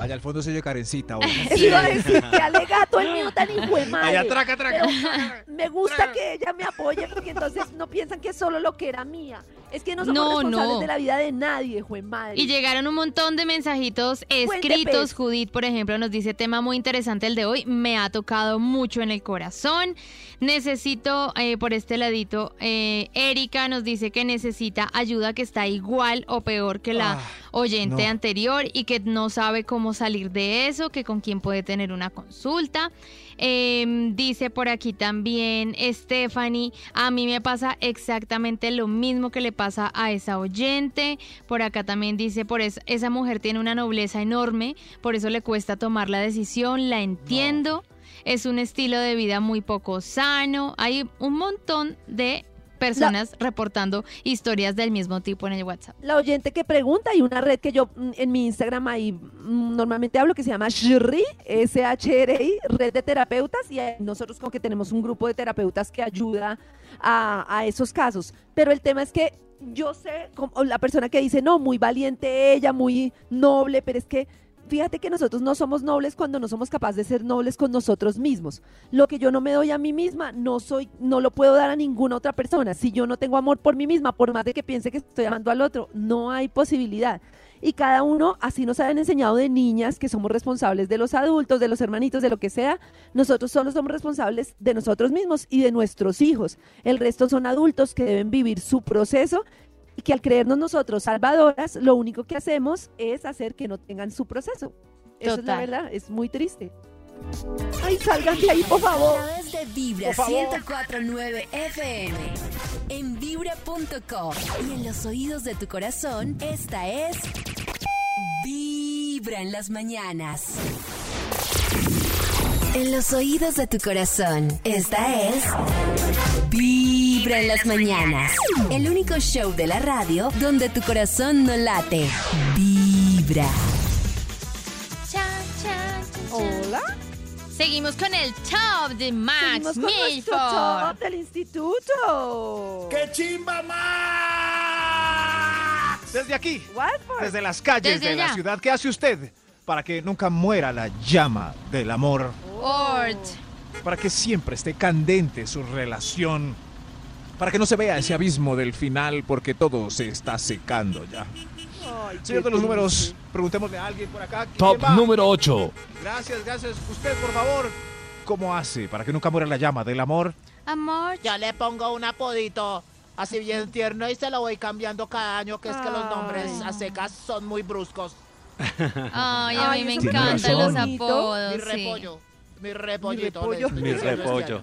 S5: Allá al fondo se oye Karencita. hoy.
S2: Eso iba a decir, que alegato el mío tan hijo de madre.
S5: Allá, traca, traca.
S2: Pero Me gusta que ella me apoye porque entonces no piensan que es solo lo que era mía. Es que no somos
S3: No,
S2: responsables
S3: no.
S2: de la vida de nadie, hijo de madre.
S3: Y llegaron un montón de mensajitos escritos.
S2: Cuente, pues.
S3: Judith, por ejemplo, nos dice tema muy interesante el de hoy. Me ha tocado mucho en el corazón. Necesito, eh, por este ladito, eh, Erika nos dice que necesita ayuda que está igual o peor que la
S5: Ah,
S3: oyente
S5: no.
S3: anterior y que no sabe cómo salir de eso, que con quién puede tener una consulta. Eh, dice por aquí también Stephanie, a mí me pasa exactamente lo mismo que le pasa a esa oyente. Por acá también dice, por es- esa mujer tiene una nobleza enorme, por eso le cuesta tomar la decisión, la entiendo. Es un estilo de vida muy poco sano. Hay un montón de personas reportando historias del mismo tipo en el WhatsApp.
S2: la oyente que pregunta y una red que yo mm, en mi Instagram ahí mm, normalmente hablo que se llama SHRI, S-H-R-I, red de terapeutas y eh, nosotros como que tenemos un grupo de terapeutas que ayuda a, a esos casos. Pero el tema es que yo sé, como la persona que dice, no, muy valiente ella, muy noble, pero es que fíjate que nosotros no somos nobles cuando no somos capaces de ser nobles con nosotros mismos. Lo que yo no me doy a mí misma, no soy, no lo puedo dar a ninguna otra persona. Si yo no tengo amor por mí misma, por más de que piense que estoy amando al otro, no hay posibilidad. Y cada uno, así nos han enseñado de niñas que somos responsables de los adultos, de los hermanitos, de lo que sea. Nosotros solo somos responsables de nosotros mismos y de nuestros hijos. El resto son adultos que deben vivir su proceso y que al creernos nosotros salvadoras, lo único que hacemos es hacer que no tengan su proceso. Eso es la
S3: Total.
S2: verdad, es muy triste. Ay, salgan de ahí, por favor.
S6: A través de Vibra 104.9 FM. En vibra.com. Y en los oídos de tu corazón, esta es... Vibra en las mañanas. En los oídos de tu corazón, esta es... Vibra en las mañanas. El único show de la radio donde tu corazón no late. Vibra.
S2: Hola.
S3: Seguimos con el top de Max
S2: Seguimos con nuestro
S3: Milford.
S2: top del instituto.
S1: ¡Qué chimba más! Desde aquí,
S2: Watford.
S5: (laughs) Desde las calles
S3: Desde
S5: de la
S3: allá.
S5: ciudad, ¿qué hace usted para que nunca muera la llama del amor?
S3: Ort.
S5: Para que siempre esté candente su relación. Para que no se vea ese abismo del final porque todo se está secando ya. Señor de los números, preguntémosle a alguien por acá. ¿quién
S11: Top
S5: va?
S11: número 8.
S5: Gracias, gracias. Usted, por favor. ¿Cómo hace para que nunca muera la llama del amor?
S3: Amor.
S8: Yo le pongo un apodito así bien tierno y se lo voy cambiando cada año, que es que los nombres a secas son muy bruscos.
S3: Ay, a
S2: Ay,
S3: mí me
S2: eso me
S3: encantan
S5: parece
S3: los
S2: bonito.
S3: apodos.
S8: Mi
S3: sí.
S8: repollo. Mi repollito.
S2: repollo.
S8: les-
S4: Mi
S8: les- les-
S4: repollo.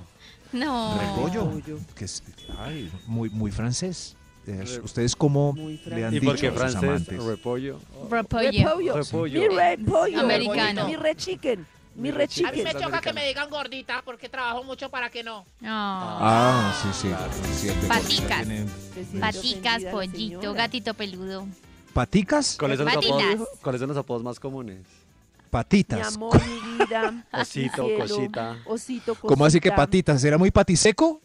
S3: No.
S5: Repollo. Que es, ay, muy, muy francés. Es- ¿Ustedes cómo le han
S4: ¿Y
S5: dicho
S4: por qué
S5: a sus
S4: francés?
S5: amantes?
S4: Repollo.
S3: Repollo.
S2: Repollo.
S4: Repollo.
S2: Mi repollo.
S3: Americano.
S2: Mi re chicken. Mi re
S8: A mí
S2: chicken.
S8: me choca que me digan gordita porque trabajo mucho para que no.
S3: No.
S5: Ah, sí, sí. es cierto, porque ya
S3: Paticas.
S5: tienen-
S3: Paticas, pollito, gatito peludo.
S5: ¿Paticas?
S4: ¿Cuáles son, los
S3: Patitas.
S4: apodos, ¿Cuáles son los apodos más comunes?
S2: Mi
S5: Patitas.
S2: amor, mi vida.
S4: (laughs) Osito,
S2: mi cielo,
S4: cosita.
S2: Osito, cosita.
S5: ¿Cómo así que patitas? ¿Era muy patiseco?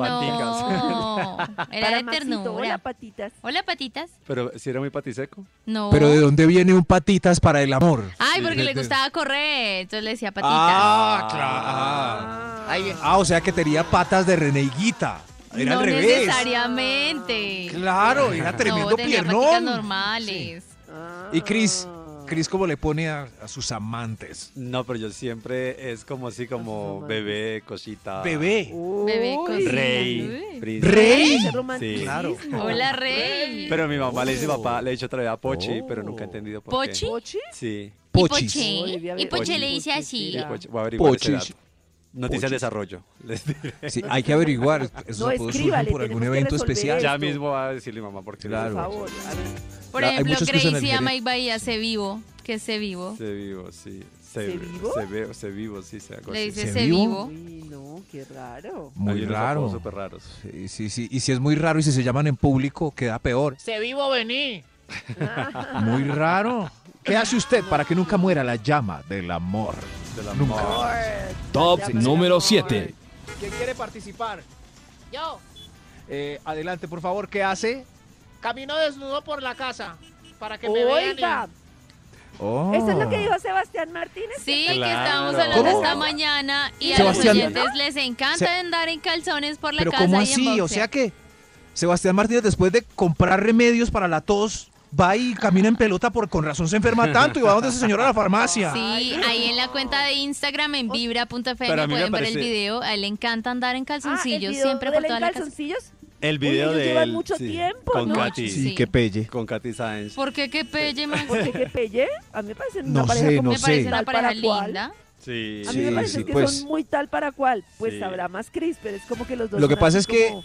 S2: (laughs)
S3: No. Era de
S2: Para Maxito, Hola,
S3: ternura.
S2: patitas.
S3: Hola, patitas.
S4: Pero si era muy patiseco.
S3: No.
S5: Pero ¿de dónde viene un patitas para el amor?
S3: Ay, porque
S5: De-
S3: le
S5: de-
S3: gustaba correr. Entonces le decía patitas.
S5: Ah, claro. Ah, o sea que tenía patas de reneguita. Era
S3: no
S5: al revés.
S3: necesariamente.
S5: Claro, era tremendo
S3: no, tenía paticas
S5: piernón.
S3: normales.
S5: Y Cris, Cris como le pone a, a sus amantes.
S4: No, pero yo siempre es como así, como bebé, cosita.
S5: Bebé.
S3: Bebé cosita.
S4: Rey.
S3: Uy.
S4: príncipe.
S5: Rey.
S2: Qué romanticismo.
S4: claro.
S3: Hola, rey.
S4: Pero mi mamá le dice
S5: Oh.
S4: papá, le he dicho otra vez a Pochi, pero nunca he entendido por
S3: ¿Pochi?
S4: qué.
S2: Pochi.
S4: Sí.
S5: Pochis.
S3: Y
S2: Oye,
S3: Poche.
S2: había-
S3: Y Poche le dice
S4: Y
S3: así.
S4: Pochi. Voy a averiguar ese
S5: Pochis.
S4: dato. Noticia
S5: Pochis.
S4: al desarrollo. (laughs) Les diré.
S5: Sí, hay que averiguar.
S2: No,
S5: Eso se puede surgir
S2: escríbale,
S5: por algún
S2: tenemos que
S5: evento
S2: resolver
S5: especial.
S4: Ya
S2: Esto.
S4: mismo va a decirle mamá porque
S5: Claro.
S2: Por favor. a ver,
S3: Por
S5: La- hay
S3: ejemplo,
S5: muchos que usan el
S3: Gracie a
S5: jerez.
S3: Mike Bahía, se vivo. Que se vivo.
S4: Se vivo, sí.
S2: ¿Se
S4: Se,
S2: vivo?
S4: Se, veo- se vivo, sí, se algo
S3: Le
S4: así.
S3: dice
S5: ¿Se
S3: se
S5: vivo?
S3: vivo.
S2: uy, no. No, qué raro.
S5: Muy
S11: Hay unos
S5: raro.
S11: apodos súper raros.
S5: Sí, sí, sí. Y si es muy raro y si se llaman en público, queda peor.
S8: Se vivo vení.
S5: Muy raro. ¿Qué hace usted para que nunca muera la llama del amor? Nunca.
S12: Top número 7.
S5: ¿Quién quiere participar?
S8: Yo
S5: Eh, adelante, por favor, ¿qué hace?
S8: camino desnudo por la casa para que me vean. y-
S2: Oiga,
S5: Oh.
S2: ¿eso es lo que dijo Sebastián Martínez?
S3: Sí, que
S5: Claro.
S3: estábamos hablando
S5: ¿Cómo?
S3: esta mañana y
S5: Sebastián-
S3: a los oyentes les encanta
S5: Se-
S3: andar en calzones por la
S5: Pero
S3: casa
S5: ¿cómo
S3: y en
S5: así? O
S3: boxer.
S5: sea que Sebastián Martínez, después de comprar remedios para la tos, va y camina en pelota por con razón se enferma tanto y va donde ese señor a la farmacia.
S3: Sí, ahí en la cuenta de Instagram en
S4: Pero a
S3: vibra.fm
S4: mí me
S3: pueden ver el
S4: parece-
S3: video. A él le encanta andar en calzoncillos,
S2: video
S3: siempre
S2: de
S3: por
S2: él en
S3: toda la casa.
S4: El video
S2: ellos
S4: de
S2: llevan
S4: él,
S2: mucho tiempo,
S4: con
S2: ¿no?
S4: Katy.
S3: Sí,
S5: qué pelle.
S4: Con Katy Sáenz.
S3: ¿Por qué que pelle, man?
S2: ¿Por qué que pelle? A mí me parecen una
S4: No
S2: pareja
S4: sé,
S2: como
S4: no
S2: muy
S4: sé.
S2: tal
S4: Me parece una
S2: para
S3: pareja
S2: cual.
S3: linda.
S4: Sí,
S2: A mí me
S5: Sí,
S2: parece
S5: sí,
S2: que
S5: pues.
S2: son muy tal para cual. Pues
S4: Sí.
S2: habrá más Cris, pero es como que los dos
S5: Lo que
S2: son
S5: pasa
S2: así
S5: es que
S2: como,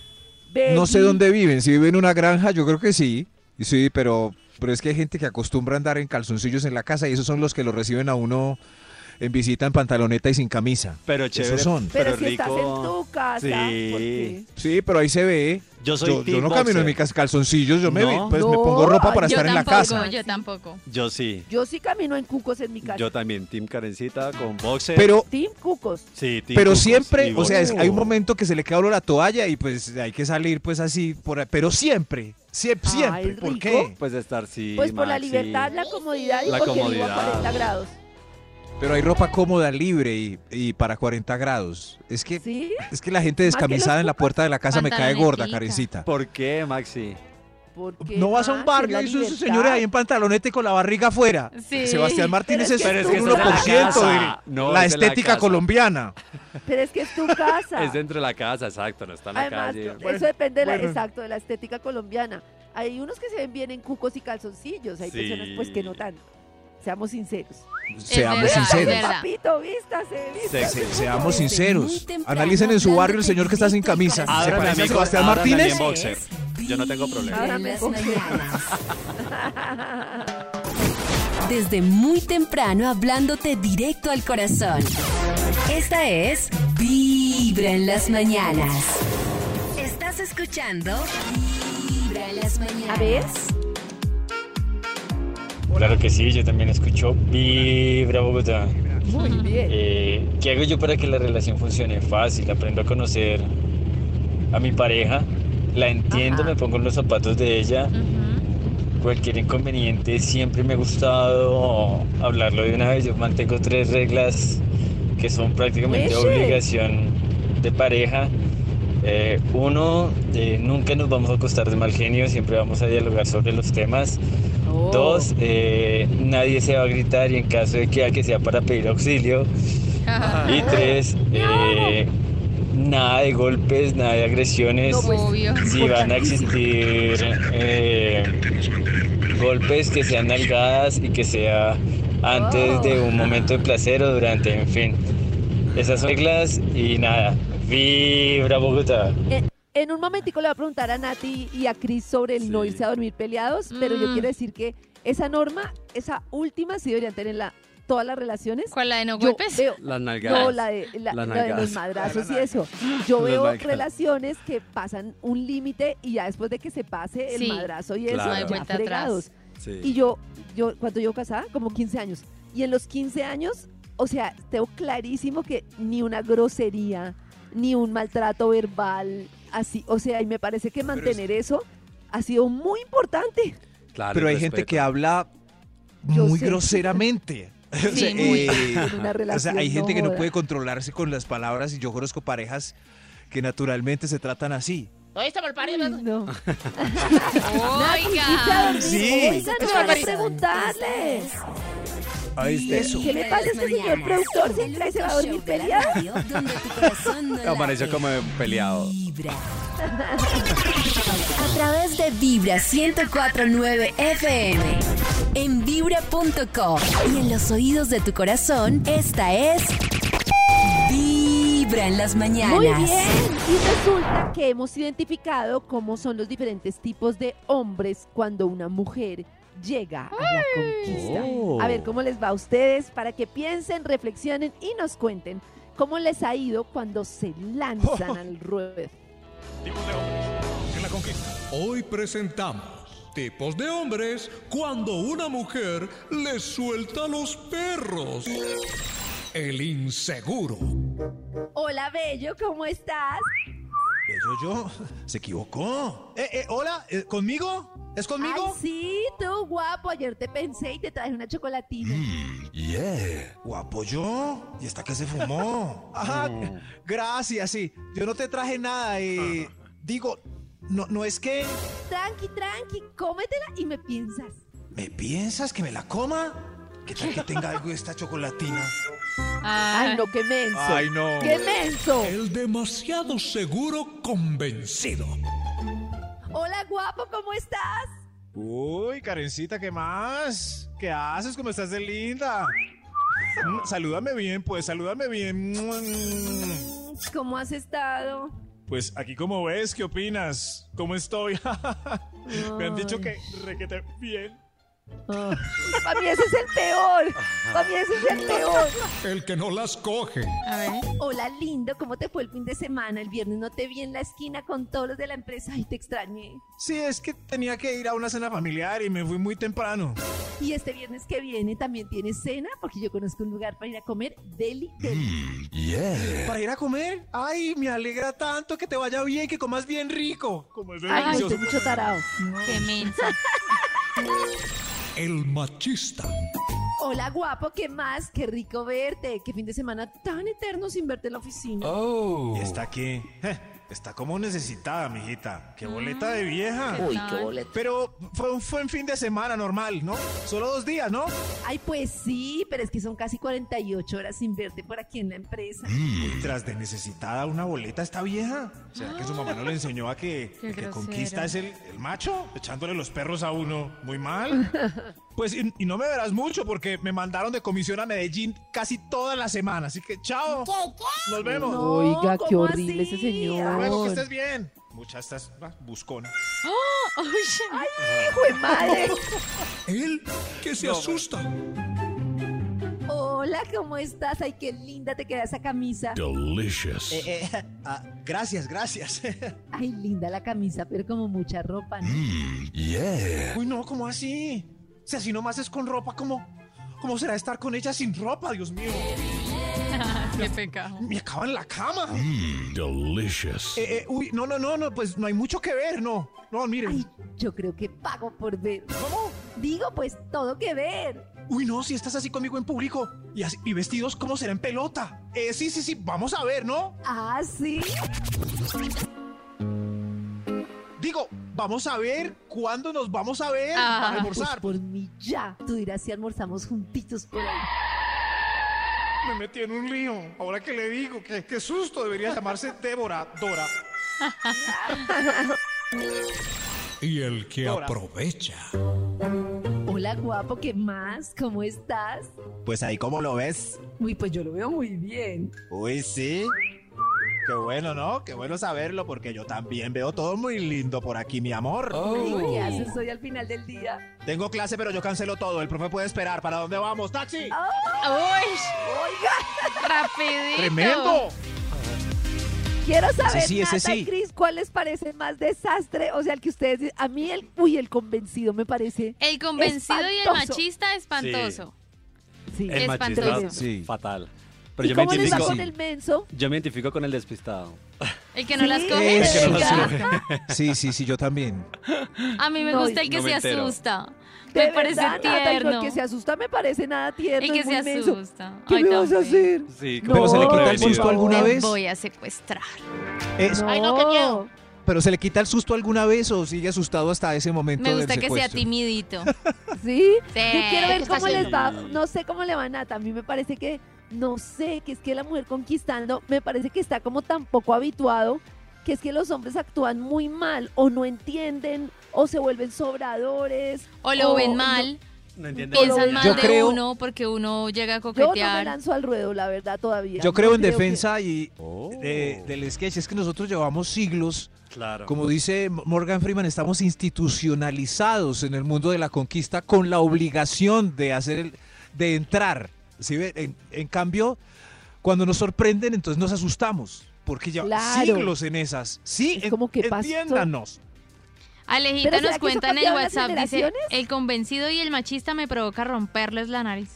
S2: "Baby".
S5: No sé dónde viven, si viven en una granja, yo creo que sí. Y Sí, pero, pero es que hay gente que acostumbra a andar en calzoncillos en la casa y esos son los que lo reciben a uno en visita en pantaloneta y sin camisa.
S4: Pero chévere.
S5: Esos son.
S2: Pero,
S4: Pero
S2: si estás en
S4: rico.
S2: tu casa, ¿por qué?
S4: Sí.
S5: Sí, pero ahí se ve.
S4: Yo soy
S5: yo,
S4: team
S5: no camino en
S4: boxer.
S5: mis cas- calzoncillos, yo me,
S4: No.
S5: pues, me
S2: No,
S5: pongo ropa para
S2: ay,
S5: estar
S3: yo
S5: en la
S3: tampoco,
S5: casa.
S3: Yo tampoco.
S4: Yo sí.
S2: Yo sí camino en cucos en mi casa.
S4: Yo también, Team Karencita con boxer.
S5: Pero,
S2: Team cucos.
S4: sí, team
S5: pero
S4: Cucos y
S5: siempre, o sea, es-
S4: boxer.
S5: hay un momento que se le queda a uno la toalla y pues hay que salir pues así, por, ahí, pero siempre, siempre,
S2: Ay,
S5: siempre. ¿Por
S2: rico.
S5: qué?
S4: Pues de estar sí.
S2: Pues por la
S4: Maxi.
S2: libertad, la comodidad y
S4: La
S2: porque vivo a
S4: comodidad.
S2: 40 grados.
S5: Pero hay ropa cómoda, libre y, y para 40 grados. Es que,
S2: ¿Sí?
S5: es que la gente
S2: Más que
S5: descamisada
S2: los
S5: en la puerta de la casa me cae gorda,
S3: Pantalonetica.
S5: carecita.
S4: ¿Por qué, Maxi?
S2: Porque
S5: No vas a un
S2: más,
S5: barrio
S2: la
S5: y esos
S2: libertad.
S5: señores ahí en pantalonete con la barriga afuera.
S3: Sí.
S5: Sebastián Martínez
S2: Pero
S5: es,
S2: es que es
S5: un
S2: tu
S4: casa.
S5: 1% de
S4: No,
S5: la
S4: es de la
S5: estética
S4: casa.
S5: colombiana.
S2: Pero es que es
S5: (laughs)
S2: tu casa.
S4: Es dentro de la casa, exacto, no está en la
S2: Además,
S4: calle.
S2: eso depende de la-
S5: bueno.
S2: exacto de la estética colombiana. Hay unos que se ven bien en cucos y calzoncillos, hay
S4: Sí.
S2: personas pues que no tanto. Seamos sinceros.
S5: Seamos
S3: verdad, es
S5: sinceros.
S3: verdad.
S2: Papito, vístase, vístase.
S4: Sexy.
S5: Se- seamos
S6: Desde muy
S5: sinceros.
S6: temprano,
S5: Analicen en su barrio el
S6: hablándote
S5: señor que está sin
S6: de ti,
S5: camisa.
S6: corazón.
S5: ¿Se
S4: Ábrame
S5: parece a
S4: a mí,
S5: Sebastián
S4: ábrame a mí
S5: Martínez?
S4: en boxer. Yo no tengo problema.
S2: Ahora
S6: En
S2: me
S6: las
S2: pongo.
S6: mañanas.
S2: (laughs)
S6: Desde muy temprano hablándote directo al corazón. Esta es Vibra en las mañanas. ¿Estás escuchando? Vibra en las mañanas.
S2: A ver.
S13: Claro que sí, yo también escucho Vibra Bogotá.
S2: Muy bien.
S13: Eh, ¿Qué hago yo para que la relación funcione? Fácil, aprendo a conocer a mi pareja, la entiendo, me pongo en los zapatos de ella. Cualquier inconveniente siempre me ha gustado hablarlo de una vez. Yo mantengo tres reglas que son prácticamente
S2: Oye.
S13: obligación de pareja. Eh, uno, eh, nunca nos vamos a acostar de mal genio, siempre vamos a dialogar sobre los temas.
S2: Oh.
S13: Dos, eh, nadie se va a gritar y en caso de que alguien sea para pedir auxilio.
S3: Ah.
S13: Y (laughs) tres, eh, nada de golpes, nada de agresiones.
S3: No, pues, obvio.
S13: Si van a existir eh, golpes que sean nalgadas y que sea antes de
S3: Oh.
S13: un momento de placer o durante, en fin. Esas reglas y nada. Vibra Bogotá.
S2: En, Eh, en un momentico le voy a preguntar a Nati y a Cris sobre el no
S4: Sí.
S2: irse a dormir peleados, pero yo
S3: Mm.
S2: quiero decir que esa norma, esa última, sí deberían tenerla todas las relaciones.
S3: ¿Cuál la de no
S2: Yo
S3: golpes?
S2: veo-
S4: Las nalgadas.
S2: No, la de, la,
S4: Las
S2: la de los
S4: nalgadas.
S2: madrazos y eso. Yo
S4: Las
S2: veo
S4: nalgadas.
S2: relaciones que pasan un límite y ya después de que se pase el
S3: Sí,
S2: madrazo y eso,
S4: claro. No hay
S2: ya
S3: vuelta atrás.
S2: fregados.
S4: Sí.
S2: Y yo, yo, ¿cuánto yo casada? Como 15 años. Y en los 15 años, o sea, tengo clarísimo que ni una grosería, ni un maltrato verbal, así. O sea, y me parece que mantener eso ha sido muy importante.
S4: Claro,
S5: Pero
S4: el
S5: hay gente
S4: respeto.
S5: que habla
S2: Yo
S5: muy
S2: sé. (laughs)
S5: groseramente. O sea,
S3: Sí,
S2: muy.
S5: eh,
S2: (laughs) En una
S5: o sea,
S2: relación,
S5: hay gente que no
S2: joda.
S5: puede controlarse con las palabras y yo conozco parejas que naturalmente se tratan así.
S8: ¿Oíste, malparido?
S2: Ay, no.
S3: Oiga.
S5: Sí.
S2: Oiga, no van a preguntarle.
S5: Ahí está.
S2: ¿Qué le pasa a este señor productor? Siempre se va a dormir peleado.
S4: Apareció como peleado.
S6: Vibra. A través de Vibra 1049 FM. En vibra.com. Y en los oídos de tu corazón, esta es. Vibra en las mañanas.
S2: Muy bien. Y resulta que hemos identificado cómo son los diferentes tipos de hombres cuando una mujer llega a la
S5: Oh.
S2: conquista. A ver cómo les va a ustedes para que piensen, reflexionen y nos cuenten ¿Cómo les ha ido cuando se
S5: (laughs)
S2: lanzan al ruedo?
S11: Hoy presentamos tipos de hombres cuando una mujer le suelta los perros. El inseguro.
S2: Hola, Bello, ¿cómo estás?
S5: Bello yo, se equivocó. Eh, eh, hola, eh, ¿conmigo? ¿Es conmigo?
S2: Ay, sí, tú, guapo. Ayer te pensé y te traje una chocolatina.
S5: Mm, Yeah. Guapo yo. ¿Y esta que se (laughs) fumó? Ajá, gracias, sí. Yo no te traje nada (laughs) y... Digo, no, no es que...
S2: Tranqui, tranqui, cómetela y me piensas.
S5: ¿Me piensas que me la coma? ¿Qué tal que tenga algo esta chocolatina?
S2: Ay, no, qué
S5: (laughs)
S2: menso.
S5: Ay, no.
S2: Qué menso.
S11: El demasiado seguro convencido.
S2: Hola, guapo, ¿cómo estás?
S5: Uy, Karencita, ¿qué más? ¿Qué haces? ¿Cómo estás de linda? Mm, Salúdame bien, pues, salúdame bien. Mm,
S2: ¿Cómo has estado?
S5: Pues aquí como ves, ¿qué opinas? ¿Cómo estoy? (laughs) Me han dicho
S2: Ay.
S5: que requete bien.
S2: Para mí ese es el peor. Para mí ese es el peor.
S11: El que no las coge.
S2: Hola, lindo, ¿cómo te fue el fin de semana? El viernes no te vi en la esquina con todos los de la empresa. Ay, te extrañé.
S5: Sí, es que tenía que ir a una cena familiar y me fui muy temprano.
S2: Y este viernes que viene también tienes cena, porque yo conozco un lugar para ir a comer deli deli.
S5: ¿Para ir a comer? Ay, me alegra tanto que te vaya bien, que comas bien rico. Como es
S2: Ay,
S5: delicioso.
S2: estoy mucho tarado.
S3: Qué mensa.
S11: El machista.
S2: Hola, guapo, ¿qué más? Qué rico verte. Qué fin de semana tan eterno sin verte en la oficina.
S5: ¿Y está aquí? Está como necesitada, mijita. Qué boleta de vieja.
S2: ¿qué Uy, tal? qué boleta.
S5: Pero fue un, fue un fin de semana normal, ¿no? Solo dos días, ¿no?
S2: Ay, pues sí, pero es que son casi 48 horas sin verte por aquí en la (gasps) empresa.
S5: Y tras de necesitada una boleta esta vieja. ¿Será que su mamá no
S2: (gasps)
S5: le enseñó a que
S2: Qué
S5: el que
S2: grosero.
S5: conquista es el, el macho? Echándole los perros a uno. Muy
S2: (laughs)
S5: mal. Pues y, y no me verás mucho porque me mandaron de comisión a Medellín casi toda la semana. Así que chao. Nos vemos.
S2: No, Oiga, qué ¿cómo horrible así? ese señor.
S5: Hasta luego, que estés bien. Muchas estás ah, buscona.
S2: ¡Ay, hijo de madre!
S11: El que se asusta.
S2: Hola, ¿cómo estás? Ay, qué linda te queda esa camisa.
S11: Delicious.
S5: Eh, eh, ah, gracias, gracias. (laughs)
S2: Ay, linda la camisa, pero como mucha ropa, ¿no?
S14: Mm.
S11: Yeah.
S5: Uy, no, ¿cómo así? Si así nomás es con ropa, ¿cómo, cómo será estar con ella sin ropa? Dios mío,
S3: Qué pecado.
S5: me acaba en la cama.
S11: Mmm, Delicious.
S5: Eh, eh, uy, no, no, no, no, pues no hay mucho que ver, no. No, miren.
S2: Ay, yo creo que pago por ver.
S5: ¿Cómo?
S2: Digo, pues todo que ver.
S5: Uy, no, si estás así conmigo en público y, así- y vestidos, ¿cómo será en pelota? Eh, sí, sí, sí, vamos a ver, ¿no?
S2: Ah, sí.
S5: Digo, vamos a ver cuándo nos vamos a ver
S3: Ah,
S5: para
S2: Pues
S5: almorzar.
S2: por mí ya. Tú dirás si almorzamos juntitos por ahí.
S5: Me metí en un lío. Ahora que le digo, qué, qué susto, debería llamarse Débora,
S2: (laughs)
S5: Dora.
S11: (laughs) Y el que
S5: Ahora.
S11: aprovecha.
S2: Hola, guapo, ¿qué más? ¿Cómo estás?
S5: Pues ahí, ¿cómo lo ves?
S2: Uy, pues yo lo veo muy bien.
S5: Uy, sí. Qué bueno, ¿no? Qué bueno saberlo porque yo también veo todo muy lindo por aquí, mi amor.
S2: Ay, ¿Qué haces hoy al final del día?
S5: Tengo clase, pero yo cancelo todo. El profe puede esperar. ¿Para dónde vamos? ¡Taxi!
S3: Ah, Uy,
S2: Oiga,
S3: rapidito.
S5: ¡Tremendo!
S2: quiero saber,
S5: sí, ese
S2: Nata y
S5: sí.
S2: Cris, ¿cuál les parece más desastre? O sea, el que ustedes... dicen- A mí el... Uy, el convencido me parece...
S3: El convencido y el
S2: Espantoso.
S3: machista espantoso.
S2: Sí.
S4: El machista,
S3: Espantoso.
S4: sí. fatal. Pero
S2: ¿Y
S4: yo me,
S2: cómo les va
S4: identifico,
S2: con el menso?
S4: yo me identifico con el despistado.
S3: El que no las
S2: Sí.
S3: coge.
S4: Es que no
S3: chica.
S4: las
S5: Sí, sí, sí, yo también.
S3: A mí me
S2: No,
S3: gusta el que
S4: no me
S3: se
S4: entero.
S3: asusta.
S2: De
S3: Me parece
S2: verdad, Nata, y
S3: tierno.
S2: El que se asusta me parece nada tierno.
S3: El que
S2: es
S3: se
S2: muy menso.
S3: asusta.
S2: ¿Qué
S3: Ay,
S2: me
S3: tan
S2: vas a
S3: feo.
S2: hacer?
S4: Sí,
S2: Pero se le quita el
S4: prevenido.
S5: susto alguna
S3: Te
S5: vez?
S3: voy a secuestrar.
S5: Es-
S8: Ay, no, qué miedo.
S5: ¿Pero se le quita el susto alguna vez o sigue asustado hasta ese momento
S3: Me
S5: del
S3: gusta que sea
S5: secuestro? (laughs)
S3: timidito.
S2: ¿Sí?
S3: Sí.
S2: Yo quiero ver
S8: está
S2: cómo les va.
S4: haciendo?
S2: No sé cómo le va a Nata. A mí me parece que, no sé, que es que la mujer conquistando, me parece que está como tan poco habituado, que es que los hombres actúan muy mal, o no entienden, o se vuelven sobradores.
S3: O lo
S2: O
S3: ven
S2: no-
S3: mal,
S4: No entiendo.
S3: piensan
S2: Yo
S3: mal de
S5: creo-
S3: uno porque uno llega a
S2: Yo no me
S3: coquetear.
S2: lanzo al ruedo, la verdad, todavía.
S5: Yo
S2: No
S5: creo en
S2: que-
S5: defensa y
S4: Oh,
S5: de- del sketch. Es que nosotros llevamos siglos,
S4: claro.
S5: como dice Morgan Freeman, estamos institucionalizados en el mundo de la conquista con la obligación de hacer, el- de entrar. ¿sí ve? En, en cambio, Cuando nos sorprenden, entonces nos asustamos, porque ya
S2: Claro.
S5: siglos en esas. Sí, en-
S2: como que pasó.
S5: entiéndanos.
S2: Pero
S3: Alejita
S2: ¿será que
S3: nos
S2: eso
S3: cuenta en el
S2: cambiaba las
S3: WhatsApp, dice,
S2: generaciones?
S3: el convencido y el machista me provoca romperles la nariz.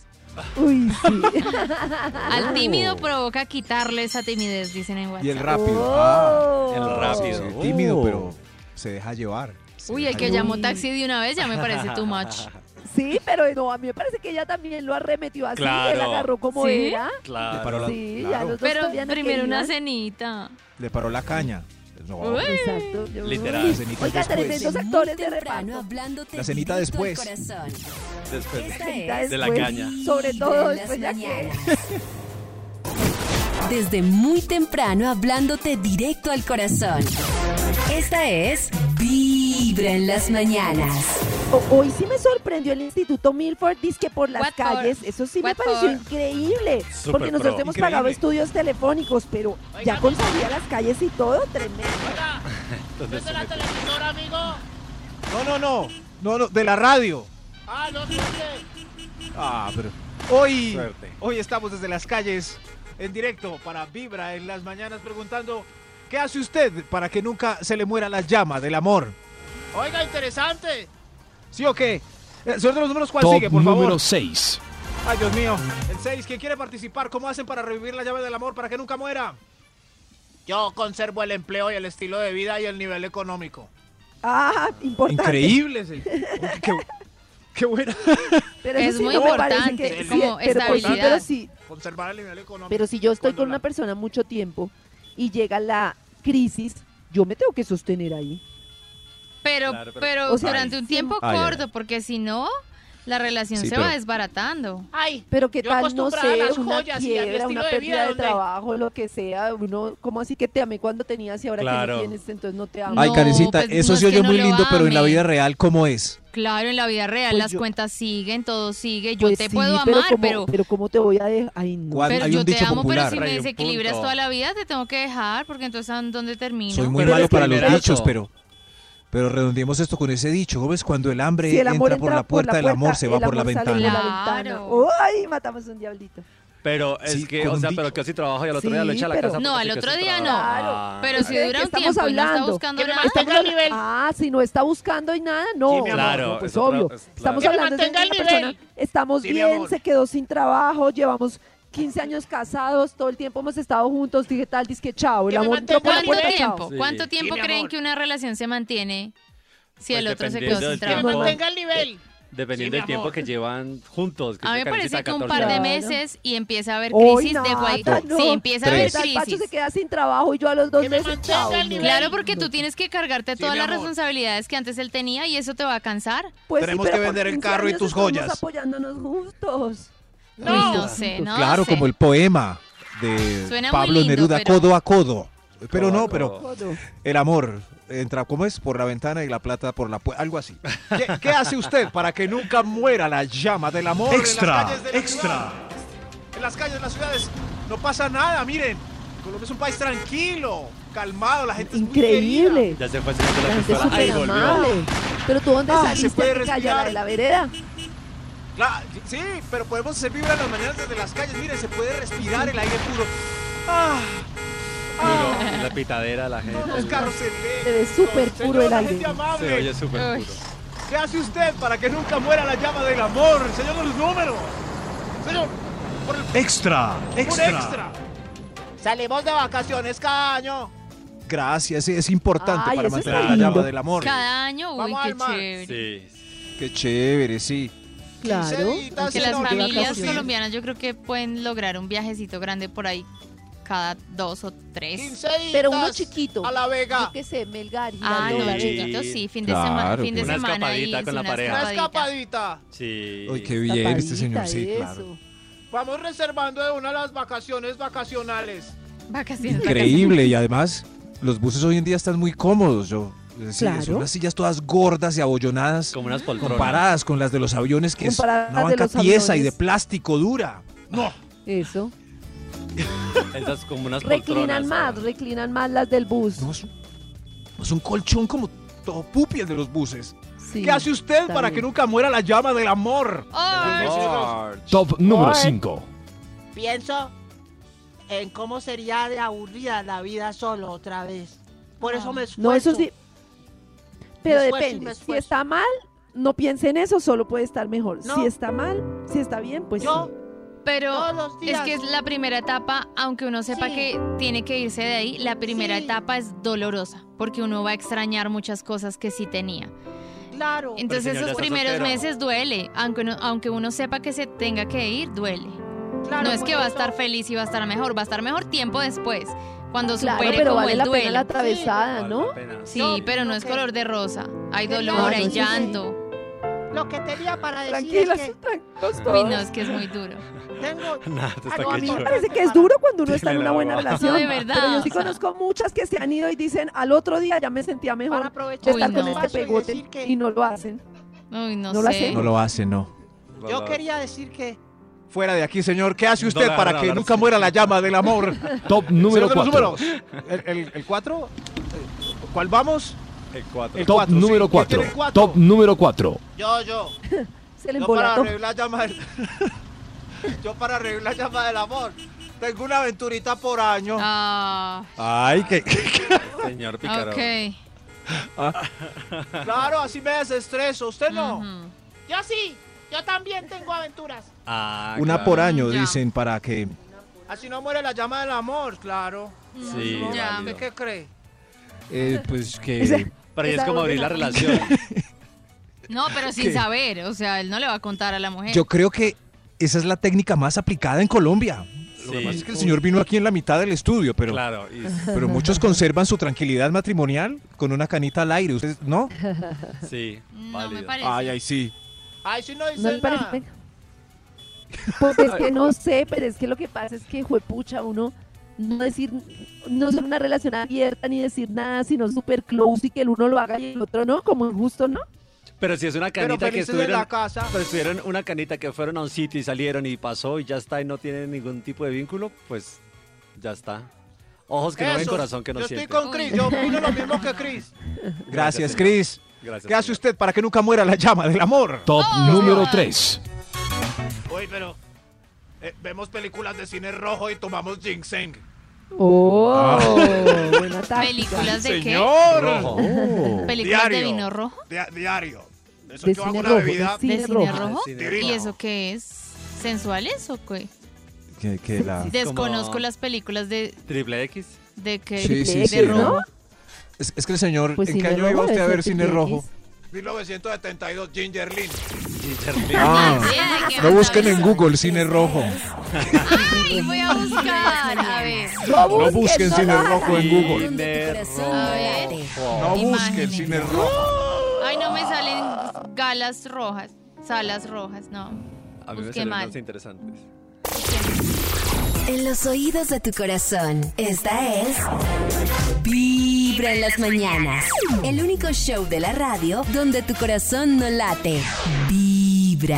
S2: Uy, sí.
S3: (laughs) Al
S4: Oh.
S3: tímido provoca quitarle esa timidez, dicen en WhatsApp.
S5: Y el rápido.
S2: Oh.
S5: Ah,
S4: El rápido.
S5: sí, el tímido,
S4: Oh.
S5: pero se deja llevar. se
S3: Uy,
S5: deja
S3: el que
S5: llevar.
S3: llamó taxi de una vez ya me parece too much.
S2: (laughs) Sí, pero no, a mí me parece que ella también lo arremetió así, él
S4: Claro.
S2: agarró como
S3: ¿Sí?
S2: era.
S5: Le paró la,
S2: Sí, ya
S5: claro,
S2: los dos
S3: Pero
S2: sabían a qué
S3: primero una
S2: iban.
S3: cenita.
S5: le paró la caña. No,
S4: Oh,
S3: Uy.
S2: Exacto. yo-
S4: Literal.
S5: la cenita
S2: Oiga,
S5: después.
S2: tremendos
S6: Muy
S2: actores de
S6: temprano
S2: reparto.
S6: hablándote
S5: La cenita
S6: directo al
S5: después.
S6: corazón.
S4: Después.
S6: Esta
S2: Cenita
S6: es
S4: De la
S2: después,
S4: caña.
S2: Sobre
S6: Vibra
S2: todo
S6: en las
S2: después ya que... (laughs)
S6: mañanas. Desde muy temprano hablándote directo al corazón. Esta es Vibra en las mañanas.
S2: O- Hoy sí me sorprendió el Instituto Milford, dice que por las
S3: What for?
S2: calles, eso sí me
S3: What
S2: pareció
S3: for?
S2: increíble,
S4: Super
S2: porque nosotros
S4: pro.
S2: hemos
S5: Increíble.
S2: pagado estudios telefónicos, pero ya con salir a las calles y todo, tremendo.
S4: Entonces,
S8: ¿Es la televisora, amigo?
S5: No, no, no. No, no, de la radio.
S8: Ah, no suerte.
S5: Ah, pero. Hoy,
S4: Suerte.
S5: hoy estamos desde las calles en directo para Vibra en las mañanas preguntando ¿qué hace usted para que nunca se le muera la llama del amor?
S8: Oiga, interesante.
S5: ¿Sí o qué? Eh, señor de los números, ¿cuál
S12: Top
S5: sigue, por
S12: número
S5: favor?
S12: 6.
S5: Ay, Dios mío. El 6, ¿quién quiere participar? ¿Cómo hacen para revivir la llama del amor para que nunca muera?
S8: Yo conservo el empleo y el estilo de vida y el nivel económico.
S2: Ah, importante. (laughs)
S5: Increíble, sí. Uy, qué, qué buena.
S2: Pero
S3: Es
S2: eso sí
S3: muy
S2: no me parece
S3: importante,
S2: que-
S8: es
S2: sí,
S3: como
S2: pero, pues, sí,
S3: estabilidad.
S2: pero sí,
S8: Conservar el nivel económico.
S2: Pero si yo estoy
S8: Cuando
S2: con
S8: la-
S2: una persona mucho tiempo y llega la crisis, yo me tengo que sostener ahí.
S3: Pero,
S4: Claro, pero-
S3: pero,
S2: O sea,
S3: durante un tiempo
S5: Ay, ay,
S3: corto, porque si no, la relación
S5: Sí,
S3: se
S5: pero-
S3: va desbaratando.
S8: Ay,
S2: Pero qué
S8: Yo
S2: tal, no
S8: acostumbrada a
S2: sé,
S8: las
S2: una
S8: joyas y al
S2: quiebra,
S8: estilo
S2: una
S8: de vida
S2: pérdida de
S8: donde-
S2: trabajo, lo que sea, uno, ¿cómo así que te amé cuando tenías y ahora
S4: Claro.
S2: que no tienes, entonces no te amo?
S3: Ay, No, Karencita, pues, eso no se es que oye no muy lo lindo, pero en la ame. vida
S5: real, ¿cómo es?
S3: Claro, en la vida real
S2: Pues
S3: las
S2: yo-
S3: cuentas siguen, todo sigue. Yo
S2: Pues
S3: te
S2: sí,
S3: puedo
S2: pero
S3: amar,
S2: ¿cómo,
S3: pero, pero,
S2: Pero ¿cómo te voy a dejar? Ay, no.
S5: ¿Cuál? Hay
S3: yo
S5: un
S3: te
S5: dicho
S3: amo,
S5: popular.
S3: pero si
S4: Hay
S3: me
S4: un
S3: desequilibras
S4: punto.
S3: toda la vida, te tengo que dejar, porque entonces ¿a dónde termino?
S5: Soy muy
S4: Pero
S5: malo
S4: es
S5: para los
S4: primerazo.
S5: dichos, pero pero redondeemos esto con ese dicho, ¿cómo es? Cuando el hambre
S2: Si el amor
S5: entra, por la puerta, el amor se va
S2: el
S5: por la
S2: amor sale
S5: ventana.
S3: la- Claro.
S2: Ay, matamos un diablito.
S4: Pero es
S5: Sí,
S4: que,
S5: con
S4: o
S5: un
S4: sea,
S5: dicho.
S4: pero casi trabaja y al otro día lo
S2: Sí,
S4: echa a la
S2: pero-
S4: casa.
S3: No,
S4: porque
S3: al
S4: casi
S3: otro día
S4: trabaja.
S2: no.
S4: Ah,
S3: Pero si
S2: ¿De qué
S3: dura un
S2: estamos
S3: tiempo y no está
S2: hablando?
S3: buscando
S8: Que me
S3: nada,
S8: mantenga el nivel.
S2: Ah, si no está buscando y nada, no.
S8: Sí, mi amor.
S4: Claro,
S2: no, pues
S4: es otra-
S2: obvio.
S4: es- claro.
S2: Estamos
S8: Que me
S2: hablando de
S8: mantenga
S2: una
S8: el
S2: persona.
S8: nivel.
S2: Estamos
S8: Sí, mi
S2: bien,
S8: amor.
S2: se quedó sin trabajo, llevamos 15 años casados, todo el tiempo hemos estado juntos, dije tal, dizque chao, el
S8: Que me
S2: amor entró por la
S8: mantenga el
S3: ¿cuánto
S2: puerta,
S8: nivel.
S3: tiempo?
S4: Sí.
S3: ¿Cuánto tiempo
S8: mi
S3: creen
S8: amor.
S3: que una relación se mantiene si
S4: Pues
S3: el otro se quedó sin
S4: dependiendo del
S8: Que me
S4: tiempo.
S3: trabajo?
S8: mantenga el nivel.
S4: Dependiendo
S8: Sí, mi
S4: del tiempo
S8: amor.
S4: que llevan juntos.
S3: A mí me parece que un par de
S2: años.
S3: meses y empieza a haber
S2: Hoy
S3: crisis de
S2: nada,
S3: cualquier...
S2: no.
S3: Sí, empieza a haber
S5: Tres.
S2: Tal Pacho se
S3: crisis.
S2: queda sin trabajo y yo a los dos
S8: Que me
S2: meses
S8: mantenga
S2: chao.
S8: el nivel.
S3: Claro, porque
S2: No.
S3: tú tienes que cargarte
S8: Sí,
S3: todas
S8: mi
S3: las
S8: amor.
S3: responsabilidades que antes él tenía y eso te va a cansar.
S2: Pues sí,
S5: Tenemos
S2: pero
S5: que
S2: por
S5: vender el
S2: 15
S5: carro y
S2: años
S5: tus
S2: estuvimos
S5: joyas.
S2: apoyándonos juntos.
S3: No, Uy, no sé, no
S5: claro,
S3: sé.
S5: como el poema de
S3: Suena muy
S5: Pablo
S3: lindo,
S5: Neruda,
S3: pero-
S5: codo a codo. Pero
S4: Codo a
S5: no, pero
S4: codo.
S2: Jodo.
S5: el amor entra, ¿cómo es? Por la ventana y la plata por la puerta, algo así. ¿Qué, qué hace usted para que nunca muera la llama del amor? en las
S11: Extra,
S5: calles de la ciudad?
S11: extra.
S5: En las calles de las ciudades no pasa nada, miren. Colombia es un país tranquilo, calmado, la gente es muy
S2: Increíble.
S4: Ya se fue saliendo
S2: La
S4: la
S2: gente es
S4: pistola. Ay,
S2: súper
S4: volvió.
S2: amable. Pero tú dónde
S5: Ah, se
S2: saliste
S5: puede
S2: a callar la de la
S5: respirar.
S2: vereda.
S5: Cla- sí, pero podemos hacer vibra en las mañanas desde las calles. Miren, se puede respirar el aire puro. Ah, ah,
S4: Duro, la pitadera, la gente.
S5: todos los carros se leen.
S2: Se ve súper
S5: Señor,
S2: puro el
S5: la
S2: aire.
S5: gente amable.
S4: Se oye súper
S3: Uy.
S4: puro.
S5: ¿Qué hace usted para que nunca muera la llama del amor? Señor de los números.
S8: Señor, por el
S11: Extra,
S8: Un extra. Salimos de vacaciones cada año.
S5: Gracias, es importante
S2: Ay,
S5: para
S2: eso está
S5: mantener la
S2: lindo.
S5: llama del amor.
S3: Cada año, uy,
S8: Vamos
S3: qué
S8: al mar.
S3: chévere.
S4: Sí.
S5: Qué chévere, sí.
S2: Claro.
S8: Quinceañitas
S3: Que
S8: en
S3: las
S8: Orlando,
S3: familias
S8: sí.
S3: colombianas yo creo que pueden lograr un viajecito grande por ahí cada dos o tres.
S8: Quinceañitas
S2: Pero uno chiquito.
S8: A la
S2: Yo
S8: Vega.
S2: qué sé, Melgar y
S3: Ah, no,
S2: Lola
S4: Sí.
S2: Vega.
S3: chiquito, sí, fin
S5: Claro,
S3: de semana, fin de
S5: pues.
S4: Una
S3: semana
S4: escapadita
S3: irse,
S4: con la
S3: una
S4: pareja.
S8: Una
S3: escapadita.
S8: escapadita.
S4: Sí.
S5: Ay, qué bien este señor, sí,
S2: Tapadita,
S5: claro.
S2: eso.
S8: Vamos reservando de una las vacaciones vacacionales.
S3: Vacaciones,
S5: Increíble, y además, los buses hoy en día están muy cómodos. Yo, es decir,
S2: Claro.
S5: son unas sillas todas gordas y abollonadas.
S4: Como unas poltronas.
S5: comparadas con las de los aviones, que es
S2: Comparadas
S5: una
S2: de
S5: banca
S2: los
S5: tiesa y de
S2: aviones.
S5: plástico dura. No.
S2: Eso.
S4: Esas como unas poltronas.
S2: Reclinan más, reclinan más las del bus.
S5: No, es un, es Pues un colchón como todo pupi el de los buses.
S2: Sí.
S5: ¿Qué hace usted
S2: está
S5: para
S2: bien.
S5: que nunca muera la llama del amor?
S3: vacaciones.
S4: Arch.
S12: Top número 5.
S8: Pienso en cómo sería de aburrida la vida solo otra vez. Por eso me esfuerzo.
S2: No, eso sí. Pero
S8: esfuerzo y me
S2: depende. Si
S8: esfuerzo.
S2: está mal, no piense en eso, solo puede estar mejor.
S8: No.
S2: Si está mal, si está bien, pues sí.
S3: Pero es
S2: días.
S3: que es la primera etapa, aunque uno sepa
S2: Sí.
S3: que tiene que irse de ahí, la primera etapa es dolorosa, porque uno va a extrañar muchas cosas que sí tenía.
S8: Claro.
S3: Entonces
S15: señor, ya
S3: esos
S15: está
S3: primeros
S15: soltero.
S3: meses duele, aunque uno, aunque uno sepa que se tenga que ir, duele.
S2: Claro,
S3: no es que
S2: por
S3: va a
S2: eso-
S3: estar feliz y va a estar mejor, va a estar mejor tiempo después, cuando
S2: Claro,
S3: supere
S2: pero
S3: como
S2: vale
S3: el
S2: la
S3: duelo.
S2: pena la atravesada, ¿no?
S3: Sí, pero no es color de rosa, hay
S8: que
S3: dolor,
S2: no, no,
S3: hay
S2: sí, sí.
S3: llanto.
S8: Lo que tenía para decir
S2: Tranquila,
S8: es que
S3: Uy, no, es que es muy (laughs) duro.
S8: tengo
S4: Nada,
S2: Ah, no, a mí me parece que es duro cuando uno está en
S4: Dile
S2: una
S4: la
S2: buena
S4: verdad.
S2: relación.
S4: No, de verdad,
S2: Pero yo
S4: o
S2: sí
S4: sea.
S2: conozco muchas que se han ido y dicen, al otro día ya me sentía mejor de
S8: aprovechar
S2: estar
S8: el
S2: con
S8: paso
S2: este
S8: y
S2: pegote y,
S8: decir que-
S2: no lo hacen.
S3: Uy, no,
S2: No lo sé. hacen.
S5: No lo hace, no.
S8: yo quería decir que
S5: Fuera de aquí, señor. ¿Qué hace usted
S12: Dólar,
S5: para
S12: dólar,
S5: que
S12: dólar.
S5: nunca muera la llama del amor?
S12: (laughs) Top
S5: Señor
S12: número
S5: de los
S12: 4.
S5: números. ¿El- ¿El el cuatro? ¿Cuál vamos?
S4: El 4.
S5: El
S12: Top
S5: cuatro, sí.
S12: número
S5: ¿Quién
S12: 4.
S5: tiene el cuatro?
S12: Top número 4.
S8: Yo, yo.
S2: (laughs) Se
S8: le
S5: para
S8: embolató.
S5: arreglar llama del...
S8: (laughs) yo para arreglar llama del amor tengo una aventurita por año.
S5: Ay, que...
S4: Señor Ah. Picarón.
S8: Ok. (laughs) Claro, así me desestreso. Usted no. Yo sí. Yo también tengo aventuras.
S4: Ah,
S5: Una por año,
S8: Ya.
S5: dicen, para que...
S8: Así no muere la llama del amor, claro.
S4: Sí,
S8: No,
S4: válido.
S8: ¿Usted qué cree?
S5: eh, pues
S4: que... Para ahí es
S3: esa
S4: como
S3: voz de
S4: abrir la
S3: la-
S4: relación.
S8: (laughs)
S3: No, pero sin
S5: ¿Qué?
S3: saber, o sea, él no le va a contar a la mujer.
S5: Yo creo que esa es la técnica más aplicada en Colombia. Lo
S4: Sí.
S5: que pasa es que el señor vino aquí en la mitad del estudio, pero,
S4: Claro, y-
S5: pero muchos conservan su tranquilidad matrimonial con una canita al aire. ¿Ustedes
S4: (laughs)
S5: no?
S4: Sí, válido.
S3: parece.
S5: Ay, ay, sí.
S8: Ay, si no dice
S2: No me parece.
S8: nada.
S2: Porque es que no sé, pero es que lo que pasa es que, juepucha, uno no decir, no ser una relación abierta ni decir nada, sino super close y que el uno lo haga y el otro no, como injusto, ¿no?
S4: Pero si es una
S8: Pero
S4: canita que
S8: felices de
S4: estuvieron,
S8: la casa.
S4: pero estuvieron una canita que fueron a un sitio y salieron y pasó y ya está y no tienen ningún tipo de vínculo, pues ya está. Ojos que no ven,
S8: Eso,
S4: corazón que no
S8: Yo
S4: siente.
S8: estoy con Chris. Yo opino lo mismo que Chris.
S5: Gracias,
S4: señor.
S5: Cris.
S4: Gracias,
S5: ¿Qué hace usted para que nunca muera la llama del amor?
S12: Top número 3.
S8: Uy, pero eh, vemos películas de cine rojo y tomamos ginseng.
S5: Ah.
S2: Oh, buena táctica.
S3: ¿Películas
S8: Señor.
S3: de qué?
S8: Rojo. Oh.
S3: (laughs) ¿Películas de
S8: Diario.
S3: vino rojo?
S8: diario. Eso
S2: De
S8: yo hago
S2: cine
S8: una
S2: rojo, de
S8: bebida.
S2: cine
S3: ¿De cine rojo? ¿Y eso qué es? ¿Sensuales o qué?
S5: Que, que la...
S3: Desconozco las películas de,
S4: (laughs) Triple X.
S3: de que
S5: Sí, sí,
S3: de
S5: sí.
S3: rojo.
S5: Es, es que el señor,
S2: Pues
S5: ¿en
S2: cine
S5: qué año iba
S2: rojo
S5: usted a
S2: debe
S5: ver
S2: ser
S5: cine
S2: triple
S5: rojo?
S8: 1972, Ginger Lynn.
S5: Ah, no busquen en Google cine rojo.
S3: Ay, voy a buscar. A ver.
S5: No busquen cine rojo en Google.
S3: A ver.
S5: No busquen cine rojo.
S3: Ay, no me salen galas rojas, salas rojas, no.
S4: A mí me
S3: Busqué
S4: salen
S3: mal.
S4: más interesantes.
S6: En los oídos de tu corazón, esta es Vibra en las mañanas. El único show de la radio donde tu corazón no late. Vibra.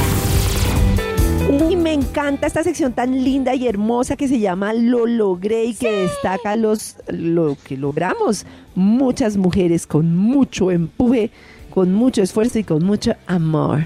S2: Uy, me encanta esta sección tan linda y hermosa que se llama Lo logré y que destaca los, lo que logramos. Muchas mujeres con mucho empuje, con mucho esfuerzo y con mucho amor.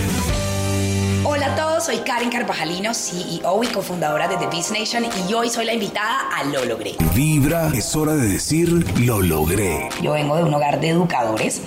S16: Hola a todos, soy Karen Carvajalino, CEO y cofundadora de The Biz Nation y hoy soy la invitada a Lo Logré.
S14: Vibra es hora de decir lo logré.
S16: Yo vengo de un hogar de educadores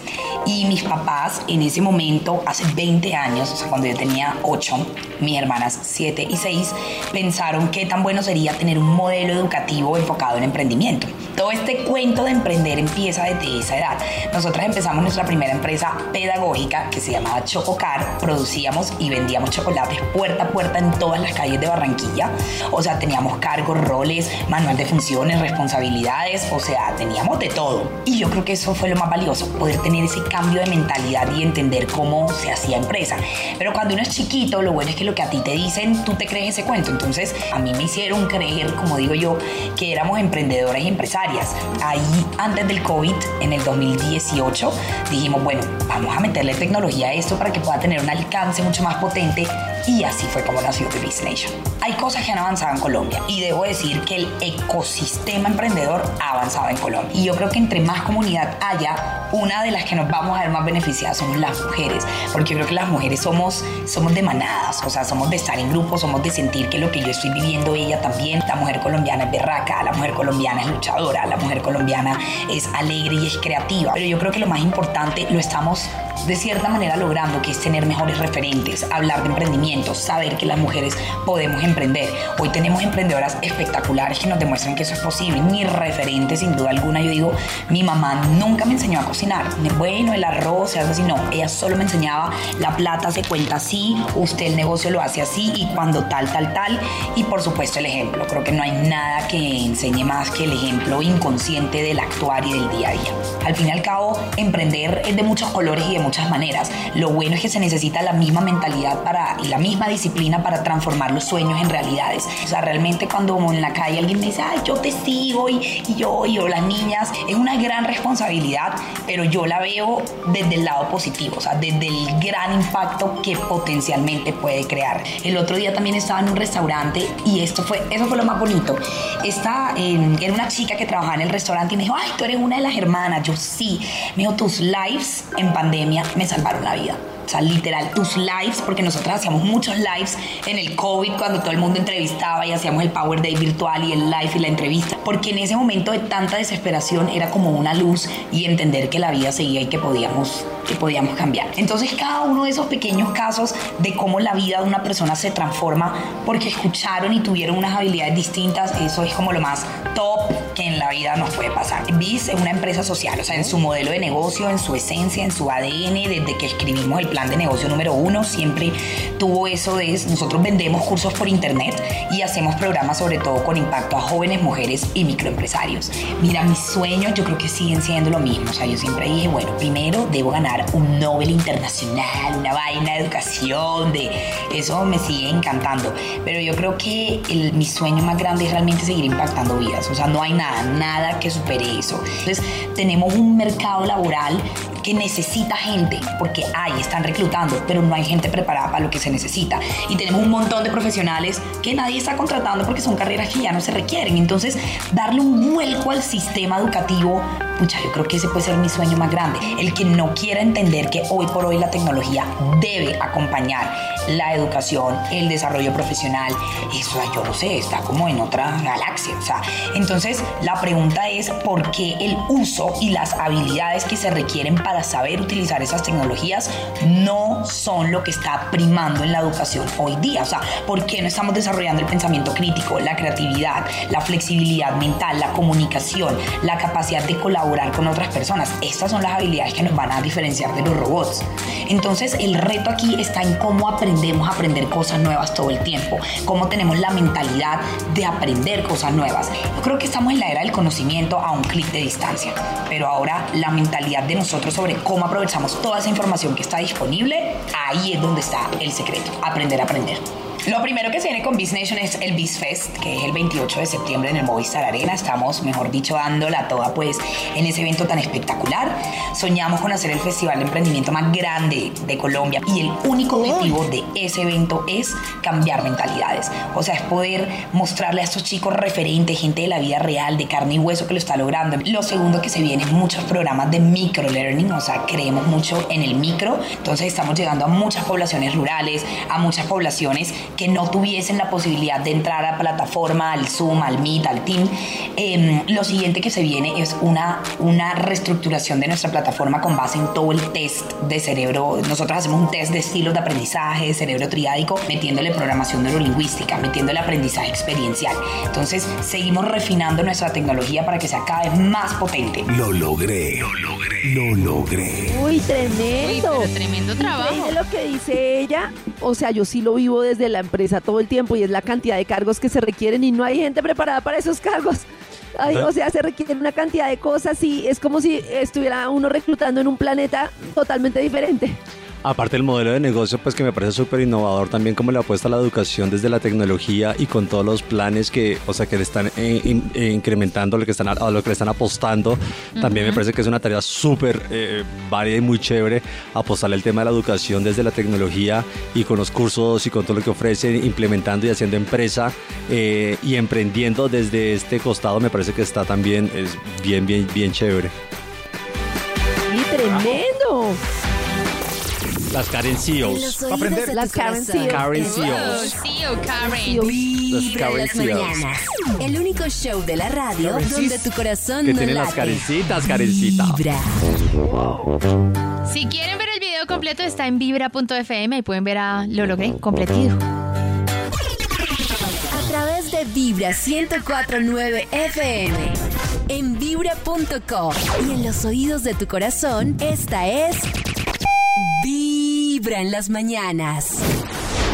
S16: y mis papás en ese momento, hace 20 años, o sea, cuando yo tenía 8, mis hermanas 7 y 6, pensaron qué tan bueno sería tener un modelo educativo enfocado en emprendimiento. Todo este cuento de emprender empieza desde esa edad. Nosotras empezamos nuestra primera empresa pedagógica que se llamaba Chococar. Producíamos y vendíamos chocolates puerta a puerta en todas las calles de Barranquilla. O sea, teníamos cargos, roles, manual de funciones, responsabilidades, o sea, teníamos de todo. Y yo creo que eso fue lo más valioso, poder tener ese cambio de mentalidad y entender cómo se hacía empresa. Pero cuando uno es chiquito, lo bueno es que lo que a ti te dicen, tú te crees ese cuento. Entonces, a mí me hicieron creer, como digo yo, que éramos emprendedoras y empresarias. Ahí, antes del COVID, en el 2018, dijimos, bueno, vamos a meterle tecnología a esto para que pueda tener un alcance mucho más potente. Y así fue como nació Business Nation. Hay cosas que han avanzado en Colombia y debo decir que el ecosistema emprendedor ha avanzado en Colombia. Y yo creo que entre más comunidad haya, una de las que nos vamos a ver más beneficiadas somos las mujeres, porque yo creo que las mujeres somos, somos de manadas, o sea, somos de estar en grupo, somos de sentir que lo que yo estoy viviendo ella también, la mujer colombiana es berraca, la mujer colombiana es luchadora, la mujer colombiana es alegre y es creativa, pero yo creo que lo más importante lo estamos de cierta manera logrando, que este es tener mejores referentes, hablar de emprendimiento, saber que las mujeres podemos emprender. Hoy tenemos emprendedoras espectaculares que nos demuestran que eso es posible, mi referente sin duda alguna, yo digo, mi mamá nunca me enseñó a cocinar, bueno, el arroz, algo así, no, ella solo me enseñaba la plata se cuenta así, usted el negocio lo hace así y cuando tal, tal, tal, y por supuesto el ejemplo, creo que no hay nada que enseñe más que el ejemplo inconsciente del actuar y del día a día. Al fin y al cabo, emprender es de muchos colores y de muchas maneras, lo bueno es que se necesita la misma mentalidad para, y la misma disciplina para transformar los sueños en realidades, o sea, realmente cuando en la calle alguien me dice, ay, yo te sigo y, y yo, y o las niñas, es una gran responsabilidad, pero yo la veo desde el lado positivo, o sea, desde el gran impacto que potencialmente puede crear. El otro día también estaba en un restaurante y esto fue, eso fue lo más bonito. Esta, eh, era una chica que trabajaba en el restaurante y me dijo, ay, tú eres una de las hermanas. Yo sí. Me dijo, tus lives en pandemia me salvaron la vida. O sea, literal, tus lives, porque nosotros hacíamos muchos lives en el COVID cuando todo el mundo entrevistaba y hacíamos el Power Day virtual y el live y la entrevista, porque en ese momento de tanta desesperación era como una luz y entender que la vida seguía y que podíamos, que podíamos cambiar. Entonces, cada uno de esos pequeños casos de cómo la vida de una persona se transforma porque escucharon y tuvieron unas habilidades distintas, eso es como lo más top que en la vida nos puede pasar. BIS es una empresa social, o sea, en su modelo de negocio, en su esencia, en su ADN, desde que escribimos el plan de negocio número uno, siempre tuvo eso de nosotros vendemos cursos por internet y hacemos programas sobre todo con impacto a jóvenes, mujeres y microempresarios. Mira, mis sueños yo creo que siguen siendo lo mismo, o sea, yo siempre dije, bueno, primero debo ganar un Nobel internacional, una vaina de educación, de eso me sigue encantando, pero yo creo que el- mi sueño más grande es realmente seguir impactando vidas, o sea, no hay nada, nada que supere eso. Entonces, tenemos un mercado laboral que necesita gente, porque hay, están reclutando, pero no hay gente preparada para lo que se necesita. Y tenemos un montón de profesionales que nadie está contratando porque son carreras que ya no se requieren. Entonces, darle un vuelco al sistema educativo, pucha, yo creo que ese puede ser mi sueño más grande. El que no quiera entender que hoy por hoy la tecnología debe acompañar la educación, el desarrollo profesional, eso yo no sé, está como en otra galaxia. O sea, entonces, la pregunta es por qué el uso y las habilidades que se requieren para saber utilizar esas tecnologías no son lo que está primando en la educación hoy día. O sea, ¿por qué no estamos desarrollando el pensamiento crítico, la creatividad, la flexibilidad mental, la comunicación, la capacidad de colaborar con otras personas? Estas son las habilidades que nos van a diferenciar de los robots. Entonces, el reto aquí está en cómo aprendemos a aprender cosas nuevas todo el tiempo, cómo tenemos la mentalidad de aprender cosas nuevas. Yo creo que estamos en la era del conocimiento a un clic de distancia, pero ahora la mentalidad de nosotros sobre cómo aprovechamos toda esa información que está disponible, ahí es donde está el secreto, aprender a aprender. Lo primero que se viene con Biz Nation es el Biz Fest, que es el 28 de septiembre en el Movistar Arena. Estamos, mejor dicho, dándola toda pues en ese evento tan espectacular. Soñamos con hacer el festival de emprendimiento más grande de Colombia y el único objetivo de ese evento es cambiar mentalidades. O sea, es poder mostrarle a estos chicos referentes, gente de la vida real, de carne y hueso que lo está logrando. Lo segundo que se viene es muchos programas de micro learning, o sea, creemos mucho en el micro. Entonces estamos llegando a muchas poblaciones rurales, a muchas poblaciones que no tuviesen la posibilidad de entrar a la plataforma, al Zoom, al Meet, al Team. Em, lo siguiente que se viene es una, una reestructuración de nuestra plataforma con base en todo el test de cerebro. Nosotros hacemos un test de estilos de aprendizaje, de cerebro triádico, metiéndole programación neurolingüística, metiéndole aprendizaje experiencial. Entonces, seguimos refinando nuestra tecnología para que sea cada vez más potente.
S14: Lo logré. Lo logré. Lo logré.
S2: Uy, tremendo.
S3: Uy, pero tremendo trabajo.
S2: Increíble lo que dice ella. O sea, yo sí lo vivo desde la empresa todo el tiempo y es la cantidad de cargos que se requieren y no hay gente preparada para esos cargos. Ay, o sea, se requieren una cantidad de cosas y es como si estuviera uno reclutando en un planeta totalmente diferente.
S4: Aparte el modelo de negocio, pues que me parece súper innovador también como le apuesta a la educación desde la tecnología y con todos los planes que, o sea, que le están eh, in- eh, incrementando, lo que están, a lo que le están apostando. También me
S15: Ujú.
S4: parece que es una tarea súper eh, varia y muy chévere apostarle el tema de la educación desde la tecnología y con los cursos y con todo lo que ofrecen, implementando y haciendo empresa eh, y emprendiendo desde este costado. Me parece que está también es bien, bien, bien chévere.
S2: ¡Y tremendo!
S4: Las Karen E CEOs.
S2: Pa' aprender. Las Karen E Seals.
S4: Karen Seals.
S3: CEO Karen.
S6: Vibra en las
S4: Las carencias.
S6: mañanas. El único show de la radio
S4: Carencias.
S6: donde tu corazón
S4: Que
S6: no
S4: tienen las
S6: late.
S4: carencitas, carencita.
S3: Si quieren ver el video completo, está en vibra.fm y pueden ver a Lo Logré completido.
S6: A través de Vibra 1049 FM. En vibra.com. Y en los oídos de tu corazón, esta es. Vibra en las mañanas.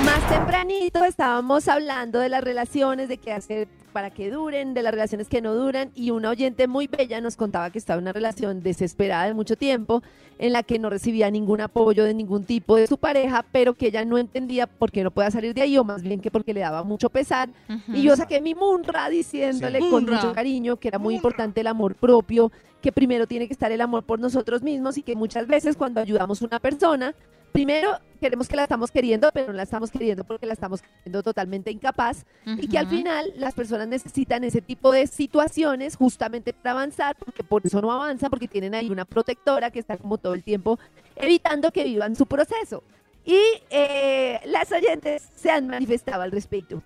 S2: Más tempranito estábamos hablando de las relaciones, de qué hacer para que duren, de las relaciones que no duran, y una oyente muy bella nos contaba que estaba en una relación desesperada de mucho tiempo, en la que no recibía ningún apoyo de ningún tipo de su pareja, pero que ella no entendía por qué no podía salir de ahí, o más bien que porque le daba mucho pesar.
S10: Ujú.
S2: Y yo saqué mi munra diciéndole
S10: Sí.
S2: con
S10: Munra.
S2: mucho cariño que era muy importante el amor propio, que primero tiene que estar el amor por nosotros mismos y que muchas veces cuando ayudamos a una persona, primero queremos que la estamos queriendo, pero no la estamos queriendo porque la estamos queriendo totalmente incapaz y que al
S10: Ujú.
S2: final las personas necesitan ese tipo de situaciones justamente para avanzar, porque por eso no avanzan, porque tienen ahí una protectora que está como todo el tiempo evitando que vivan su proceso. Y eh, las oyentes se han manifestado al respecto.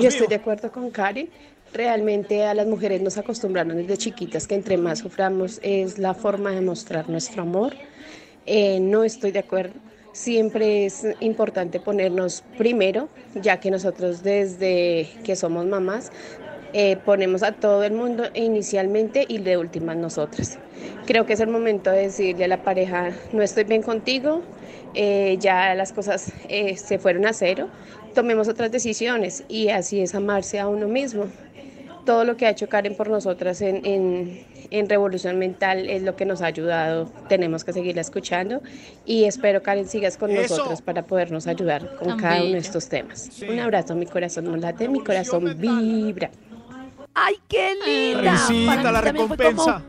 S17: Yo estoy de acuerdo con Karen. Realmente a las mujeres nos acostumbraron desde chiquitas que entre más suframos es la forma de mostrar nuestro amor. Eh, no estoy de acuerdo. Siempre es importante ponernos primero, ya que nosotros desde que somos mamás eh, ponemos a todo el mundo inicialmente y de última nosotras. Creo que es el momento de decirle a la pareja, no estoy bien contigo, eh, ya las cosas eh, se fueron a cero, tomemos otras decisiones y así es amarse a uno mismo. Todo lo que ha hecho Karen por nosotras en, en- en Revolución Mental es lo que nos ha ayudado. Tenemos que seguirla escuchando y espero, Karen, sigas con
S10: Eso.
S17: nosotros para podernos ayudar con
S10: Tan
S17: cada uno
S10: bella.
S17: de estos temas. Un abrazo, mi corazón no late, mi corazón vibra.
S2: ¡Ay, qué linda!
S17: Karencita,
S2: Para mí
S17: la
S2: también fue
S17: recompensa.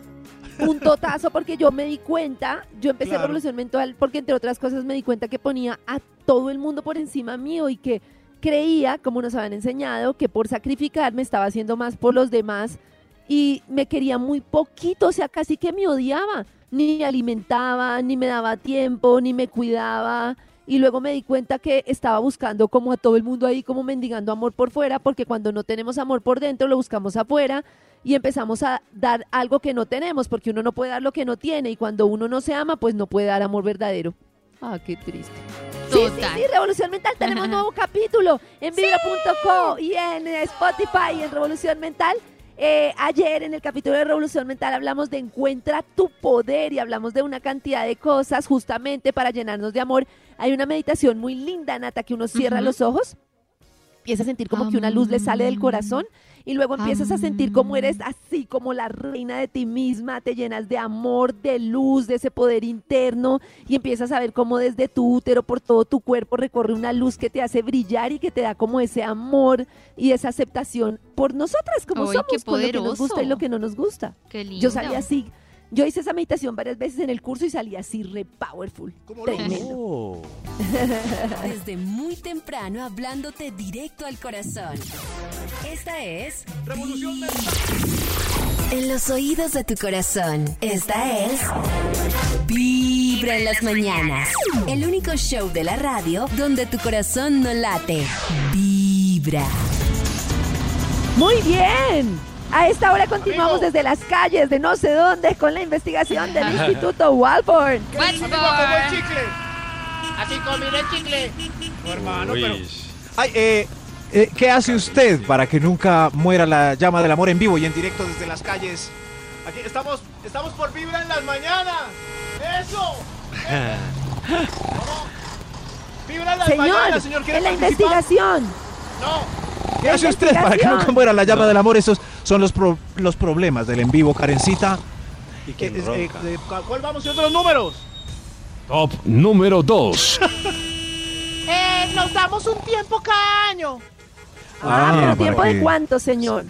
S2: como Un totazo porque yo me di cuenta, yo empecé
S17: Claro.
S2: Revolución Mental porque entre otras cosas me di cuenta que ponía a todo el mundo por encima mío y que creía, como nos habían enseñado, que por sacrificarme estaba haciendo más por los demás y me quería muy poquito, o sea, casi que me odiaba, ni me alimentaba, ni me daba tiempo, ni me cuidaba. Y luego me di cuenta que estaba buscando como a todo el mundo ahí, como mendigando amor por fuera, porque cuando no tenemos amor por dentro, lo buscamos afuera y empezamos a dar algo que no tenemos, porque uno no puede dar lo que no tiene y cuando uno no se ama, pues no puede dar amor verdadero. Ah, qué triste. Sí, sí, sí, Revolución Mental, tenemos nuevo capítulo en vibra.co y en Spotify y en Revolución Mental. Eh, ayer en el capítulo de Revolución Mental hablamos de encuentra tu poder y hablamos de una cantidad de cosas justamente para llenarnos de amor. Hay una meditación muy linda, Nata, que uno cierra
S10: Ujú.
S2: los ojos empieza a sentir como que una luz le sale del corazón y luego empiezas a sentir como eres así, como la reina de ti misma, te llenas de amor, de luz, de ese poder interno y empiezas a ver cómo desde tu útero por todo tu cuerpo recorre una luz que te hace brillar y que te da como ese amor y esa aceptación por nosotras como
S3: Ay,
S2: somos,
S3: qué
S2: con lo que nos gusta y lo
S3: poderoso.
S2: que no nos gusta.
S3: Qué lindo.
S2: Yo salí así, yo hice esa meditación varias veces en el curso y salí así re powerful. Tremendo. (laughs)
S6: Desde muy temprano hablándote directo al corazón. Esta es. Vibra. En los oídos de tu corazón. Esta es. Vibra en las mañanas. El único show de la radio donde tu corazón no late. Vibra.
S2: Muy bien. A esta hora continuamos desde las calles de no sé dónde con la
S12: (laughs)
S2: investigación del Instituto Walford.
S8: chicle. Así combina el chicle.
S5: hermano,
S8: pero-
S5: Ay, eh, eh, ¿Qué hace usted para que nunca muera la llama del amor en vivo y en directo desde las calles?
S8: Aquí estamos, estamos por vibra en las mañanas. Eso. Vibra en las
S2: Señor,
S8: mañanas, señor. ¿quiere
S2: en la
S8: participar?
S2: investigación.
S8: No.
S5: Gracias a ustedes para que nunca muera la llama del amor. Esos son los, pro- los problemas del en vivo, Karencita. Eh, eh, eh, ¿cu- ¿Cuál vamos, señor de los números?
S12: Top número 2.
S8: Eh, nos damos un tiempo cada año.
S2: Ah,
S12: Ah, ¿para
S2: pero tiempo
S12: qué?
S2: de cuánto, señor.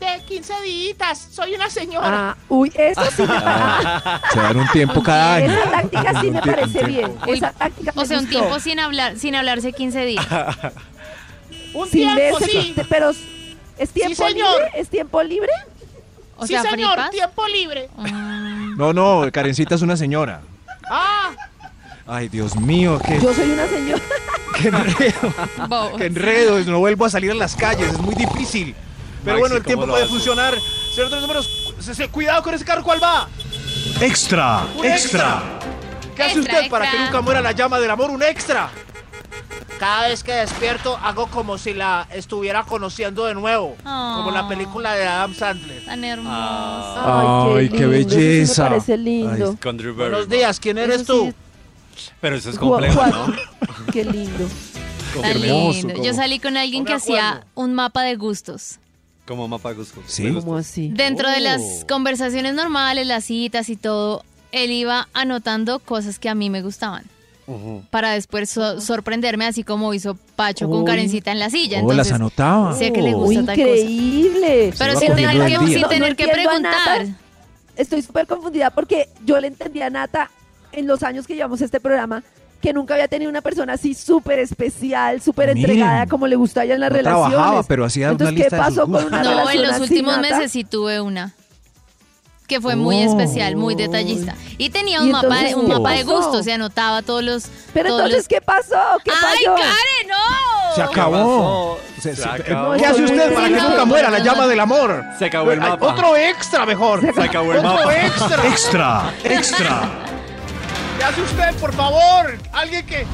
S8: De 15 días. Soy una señora.
S2: Ah, uy,
S5: (laughs)
S2: eso sí. me
S5: Se dan un tiempo cada año.
S2: Esa táctica sí
S5: Un
S2: me
S5: tie- un
S2: parece
S5: tiempo.
S2: bien.
S3: Uy,
S2: Esa táctica me
S3: O sea, un
S2: gustó.
S3: tiempo sin hablar, sin hablarse 15
S2: (laughs)
S3: días.
S8: Un
S2: Sin
S8: tiempo,
S2: verse,
S8: sí.
S2: te- pero ¿es tiempo
S8: señor.
S2: libre? ¿Es tiempo libre?
S3: O
S8: sí,
S3: sea,
S8: señor,
S3: fripas.
S8: tiempo libre.
S5: No, no, Karencita es una señora.
S8: (laughs) Ah,
S5: Ay, Dios mío, qué,
S2: Yo soy
S8: (laughs)
S2: una señora.
S5: qué enredo.
S3: Bobo.
S5: qué enredo. No vuelvo a salir a las calles, es muy difícil. Pero
S1: Maxi,
S5: bueno, el
S1: ¿cómo
S5: tiempo
S1: lo
S5: puede
S1: hace?
S5: funcionar. Señor de los números, cu- se- se- cuidado con ese carro, ¿cuál va?
S12: Extra,
S5: Un extra. ¿Qué hace usted
S8: Extra,
S5: para que
S8: extra.
S5: nunca muera la llama del amor? Un extra.
S8: cada vez que despierto hago como si la estuviera conociendo de nuevo.
S3: Ah.
S8: Como la película de Adam Sandler.
S3: Tan hermoso.
S2: Ah.
S5: Ay, qué belleza.
S2: lindo.
S4: con Drew
S8: Buenos
S4: Barrymore.
S8: días, ¿quién eres tú?
S4: Pero eso es
S2: Gua-
S4: complejo,
S2: gua-
S4: ¿no?
S2: Qué lindo.
S3: Tan
S4: Hermoso,
S3: lindo.
S4: como-
S3: Yo salí con alguien que hacía un mapa de gustos.
S4: Como mapa Cusco.
S5: Sí.
S2: ¿Cómo así?
S3: Dentro de
S4: Oh.
S3: las conversaciones normales, las citas y todo, él iba anotando cosas que a mí me gustaban. Para después so- sorprenderme, así como hizo Pacho con
S5: Uy.
S3: Karencita en la silla.
S5: Oh, las
S3: Entonces,
S5: anotaba.
S3: sé que le
S2: Uy,
S3: gusta tal cosa.
S2: increíble.
S3: Pero
S5: Se va
S3: sin
S5: comiendo
S3: tener
S5: el
S3: que,
S5: día.
S3: sin
S5: No,
S3: tener
S2: no
S3: que
S2: entiendo a Nata.
S3: preguntar.
S2: Estoy súper confundida porque yo le entendí a Nata en los años que llevamos este programa que nunca había tenido una persona así súper especial, súper
S5: Miren,
S2: entregada como le gusta a ella en las
S5: no
S2: relaciones.
S5: trabajaba, pero hacía una
S2: Entonces,
S5: lista
S2: ¿qué
S5: de sus
S2: pasó con
S5: gustos?
S2: una
S3: No, en
S2: relación
S3: los
S2: así,
S3: últimos
S2: Nata?
S3: meses sí tuve una. Que fue muy
S5: Oh.
S3: especial, muy detallista. Y tenía
S2: ¿Y
S3: un mapa de,
S2: entonces
S3: un
S2: qué
S3: mapa de
S2: pasó?
S3: gustos, se anotaba todos los.
S2: Pero
S3: todos
S2: entonces,
S3: los-
S2: ¿qué pasó? ¿Qué
S3: ¡Ay,
S2: pasó?
S3: Karen, no!
S5: Se acabó. Se- se-
S4: acabó.
S5: ¿Qué hace usted para que
S3: No,
S5: nunca
S3: no,
S5: muera la
S3: no,
S5: llama
S3: no.
S5: del amor?
S4: Se acabó el
S5: Ay,
S4: mapa.
S5: Otro extra mejor.
S4: Se acabó el
S5: Otro
S4: mapa.
S5: extra.
S12: extra, extra.
S5: ¿Qué hace usted, por favor?
S8: Alguien que.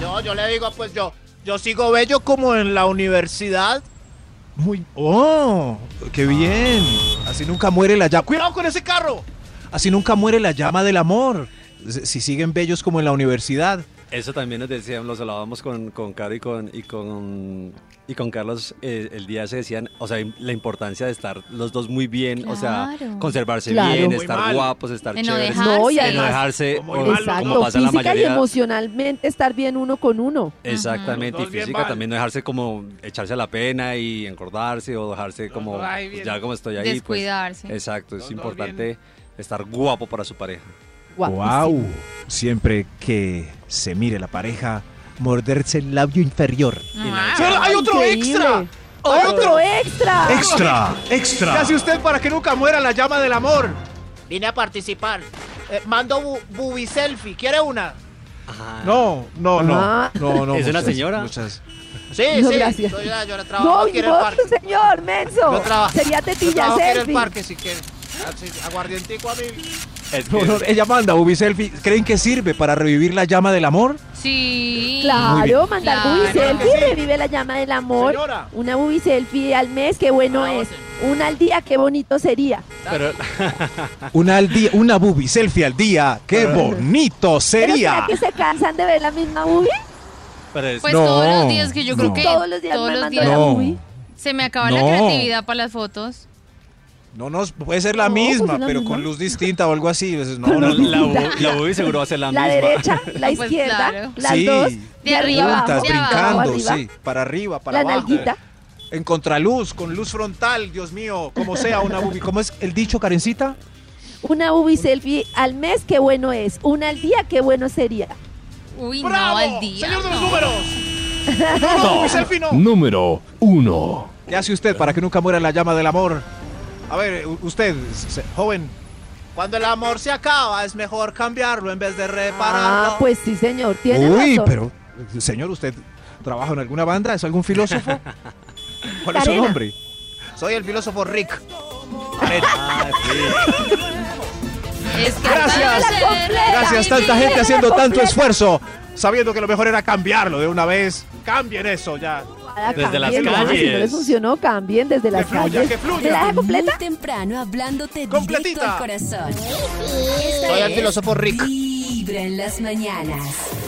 S8: Yo, yo le digo, pues yo. Yo sigo bello como en la universidad.
S5: Muy. ¡Oh! ¡Qué bien! Así nunca muere la llama. ¡Cuidado con ese carro! Así nunca muere la llama del amor. Si si siguen bellos como en la universidad.
S4: Eso también nos decían, los hablábamos con, con Caro y con, y con, y con Carlos eh, el día se decían, o sea, la importancia de estar los dos muy bien, o sea,
S3: Claro.
S4: conservarse
S2: Claro.
S4: bien,
S2: Muy
S4: estar
S5: mal.
S4: guapos, estar
S3: De no
S4: chéveres,
S3: dejarse. No, y
S4: de no
S2: además-
S4: dejarse,
S5: Como
S4: o-
S5: mal,
S4: como
S2: Exacto,
S4: pasa la
S2: física y
S4: mayoría.
S2: emocionalmente estar bien uno con uno.
S4: Exactamente,
S5: Los
S4: y
S5: dos bien
S4: física
S5: mal.
S4: también no dejarse como echarse a la pena y engordarse o dejarse como,
S5: ay,
S4: pues,
S5: bien.
S4: ya como estoy ahí. pues,
S3: Descuidarse.
S4: exacto, es
S5: dos
S4: importante estar guapo para su pareja.
S5: ¡Guau!
S2: Guapísimo.
S5: Siempre que se mire la pareja, morderse el labio inferior.
S3: Ah,
S5: ¡Hay otro
S2: Increíble.
S5: extra! ¡Hay
S2: ¡Otro extra!
S12: Extra, extra.
S5: ¿Qué hace Ah. usted para que nunca muera la llama del amor?
S8: Vine a participar. Eh, mando bu bubi selfie. ¿Quiere una?
S5: No, no, no.
S2: Ah.
S5: no, no
S4: Ah. ¿Es una
S5: muchas-
S4: señora?
S5: muchas-
S8: Sí,
S2: No,
S8: sí.
S2: gracias.
S8: Soy la- yo la trabajo
S2: No,
S8: aquí
S2: y
S8: en el
S2: vos,
S8: parque.
S2: señor, menso.
S8: Yo traba-
S2: Sería
S8: Yo
S2: tetilla
S8: trabajo aquí en el
S2: selfie.
S8: parque si quiere. Así, Aguardientico a mí.
S4: Es
S5: No,
S4: que-
S5: no, ella manda Ubi Selfie. ¿Creen que sirve para revivir la llama del amor?
S3: Sí.
S5: Muy
S2: Claro,
S5: bien.
S2: mandar
S3: Claro.
S2: bubi
S3: Claro
S2: selfie, revive la llama del amor.
S5: Señora.
S2: Una bubi selfie al mes, qué bueno
S8: Ah,
S2: es. Una al día, qué bonito sería.
S4: pero
S5: Una al día, una Bubi Selfie al día. ¡Qué bonito
S2: ¿Pero
S5: sería!
S2: será que se cansan de ver la misma bubi?
S4: pero es-
S3: Pues
S5: No,
S3: todos los días que yo creo
S5: no.
S3: que.
S2: Todos los días me mando la
S5: días.
S2: bubi.
S3: Se me acaba la
S5: No.
S3: creatividad para las fotos.
S5: No, no, puede ser la
S2: No, pues
S5: misma,
S2: es la
S5: pero
S2: misma.
S5: con luz distinta o algo así. Pues, no,
S2: Con
S5: no,
S4: la,
S2: luz
S5: no.
S4: la, bu- la Bubi seguro va a ser la,
S2: La
S4: misma.
S2: derecha, la
S3: Pues
S2: izquierda,
S3: claro.
S2: las
S5: Sí.
S2: dos.
S3: De arriba
S5: Juntas,
S3: abajo, de abajo
S5: brincando,
S2: arriba.
S5: sí. Para arriba, para
S2: la
S5: abajo.
S2: nalguita.
S5: En contraluz, con luz frontal, Dios mío, como sea una Bubi. ¿Cómo es el dicho, Karencita?
S2: Una bubi selfie al mes, qué bueno es. Una al día, qué bueno sería.
S3: Uy, no,
S8: ¡Bravo!
S3: al día.
S8: ¡Señor de los
S3: no.
S8: números!
S2: (laughs)
S12: Top número 1.
S5: ¿Qué hace usted para que nunca muera la llama del amor? A ver, u- usted, s- s- joven,
S8: Cuando el amor se acaba, es mejor cambiarlo en vez de repararlo.
S2: Ah, pues sí, señor, tiene
S5: Uy,
S2: razón.
S5: pero, señor, ¿usted trabaja en alguna banda? ¿Es algún filósofo? ¿Cuál es su
S2: Arena.
S5: nombre?
S8: Soy el filósofo Rick.
S3: Es que
S5: Gracias.
S3: para ser
S5: Gracias,
S3: feliz-
S5: tanta gente haciendo
S2: completa.
S5: tanto esfuerzo, sabiendo que lo mejor era cambiarlo de una vez. Cambien eso ya.
S2: Ah,
S4: Desde las
S2: cambien, ¿no? Si no les
S4: calles.
S2: funcionaje cambien desde las
S5: fluya,
S2: calles.
S5: que fluya.
S2: ¿Me la deja
S6: Muy
S2: completa?
S6: temprano hablándote directo
S5: Completita.
S6: al corazón.
S8: Soy el filósofo Rick.
S6: Vibra en las mañanas.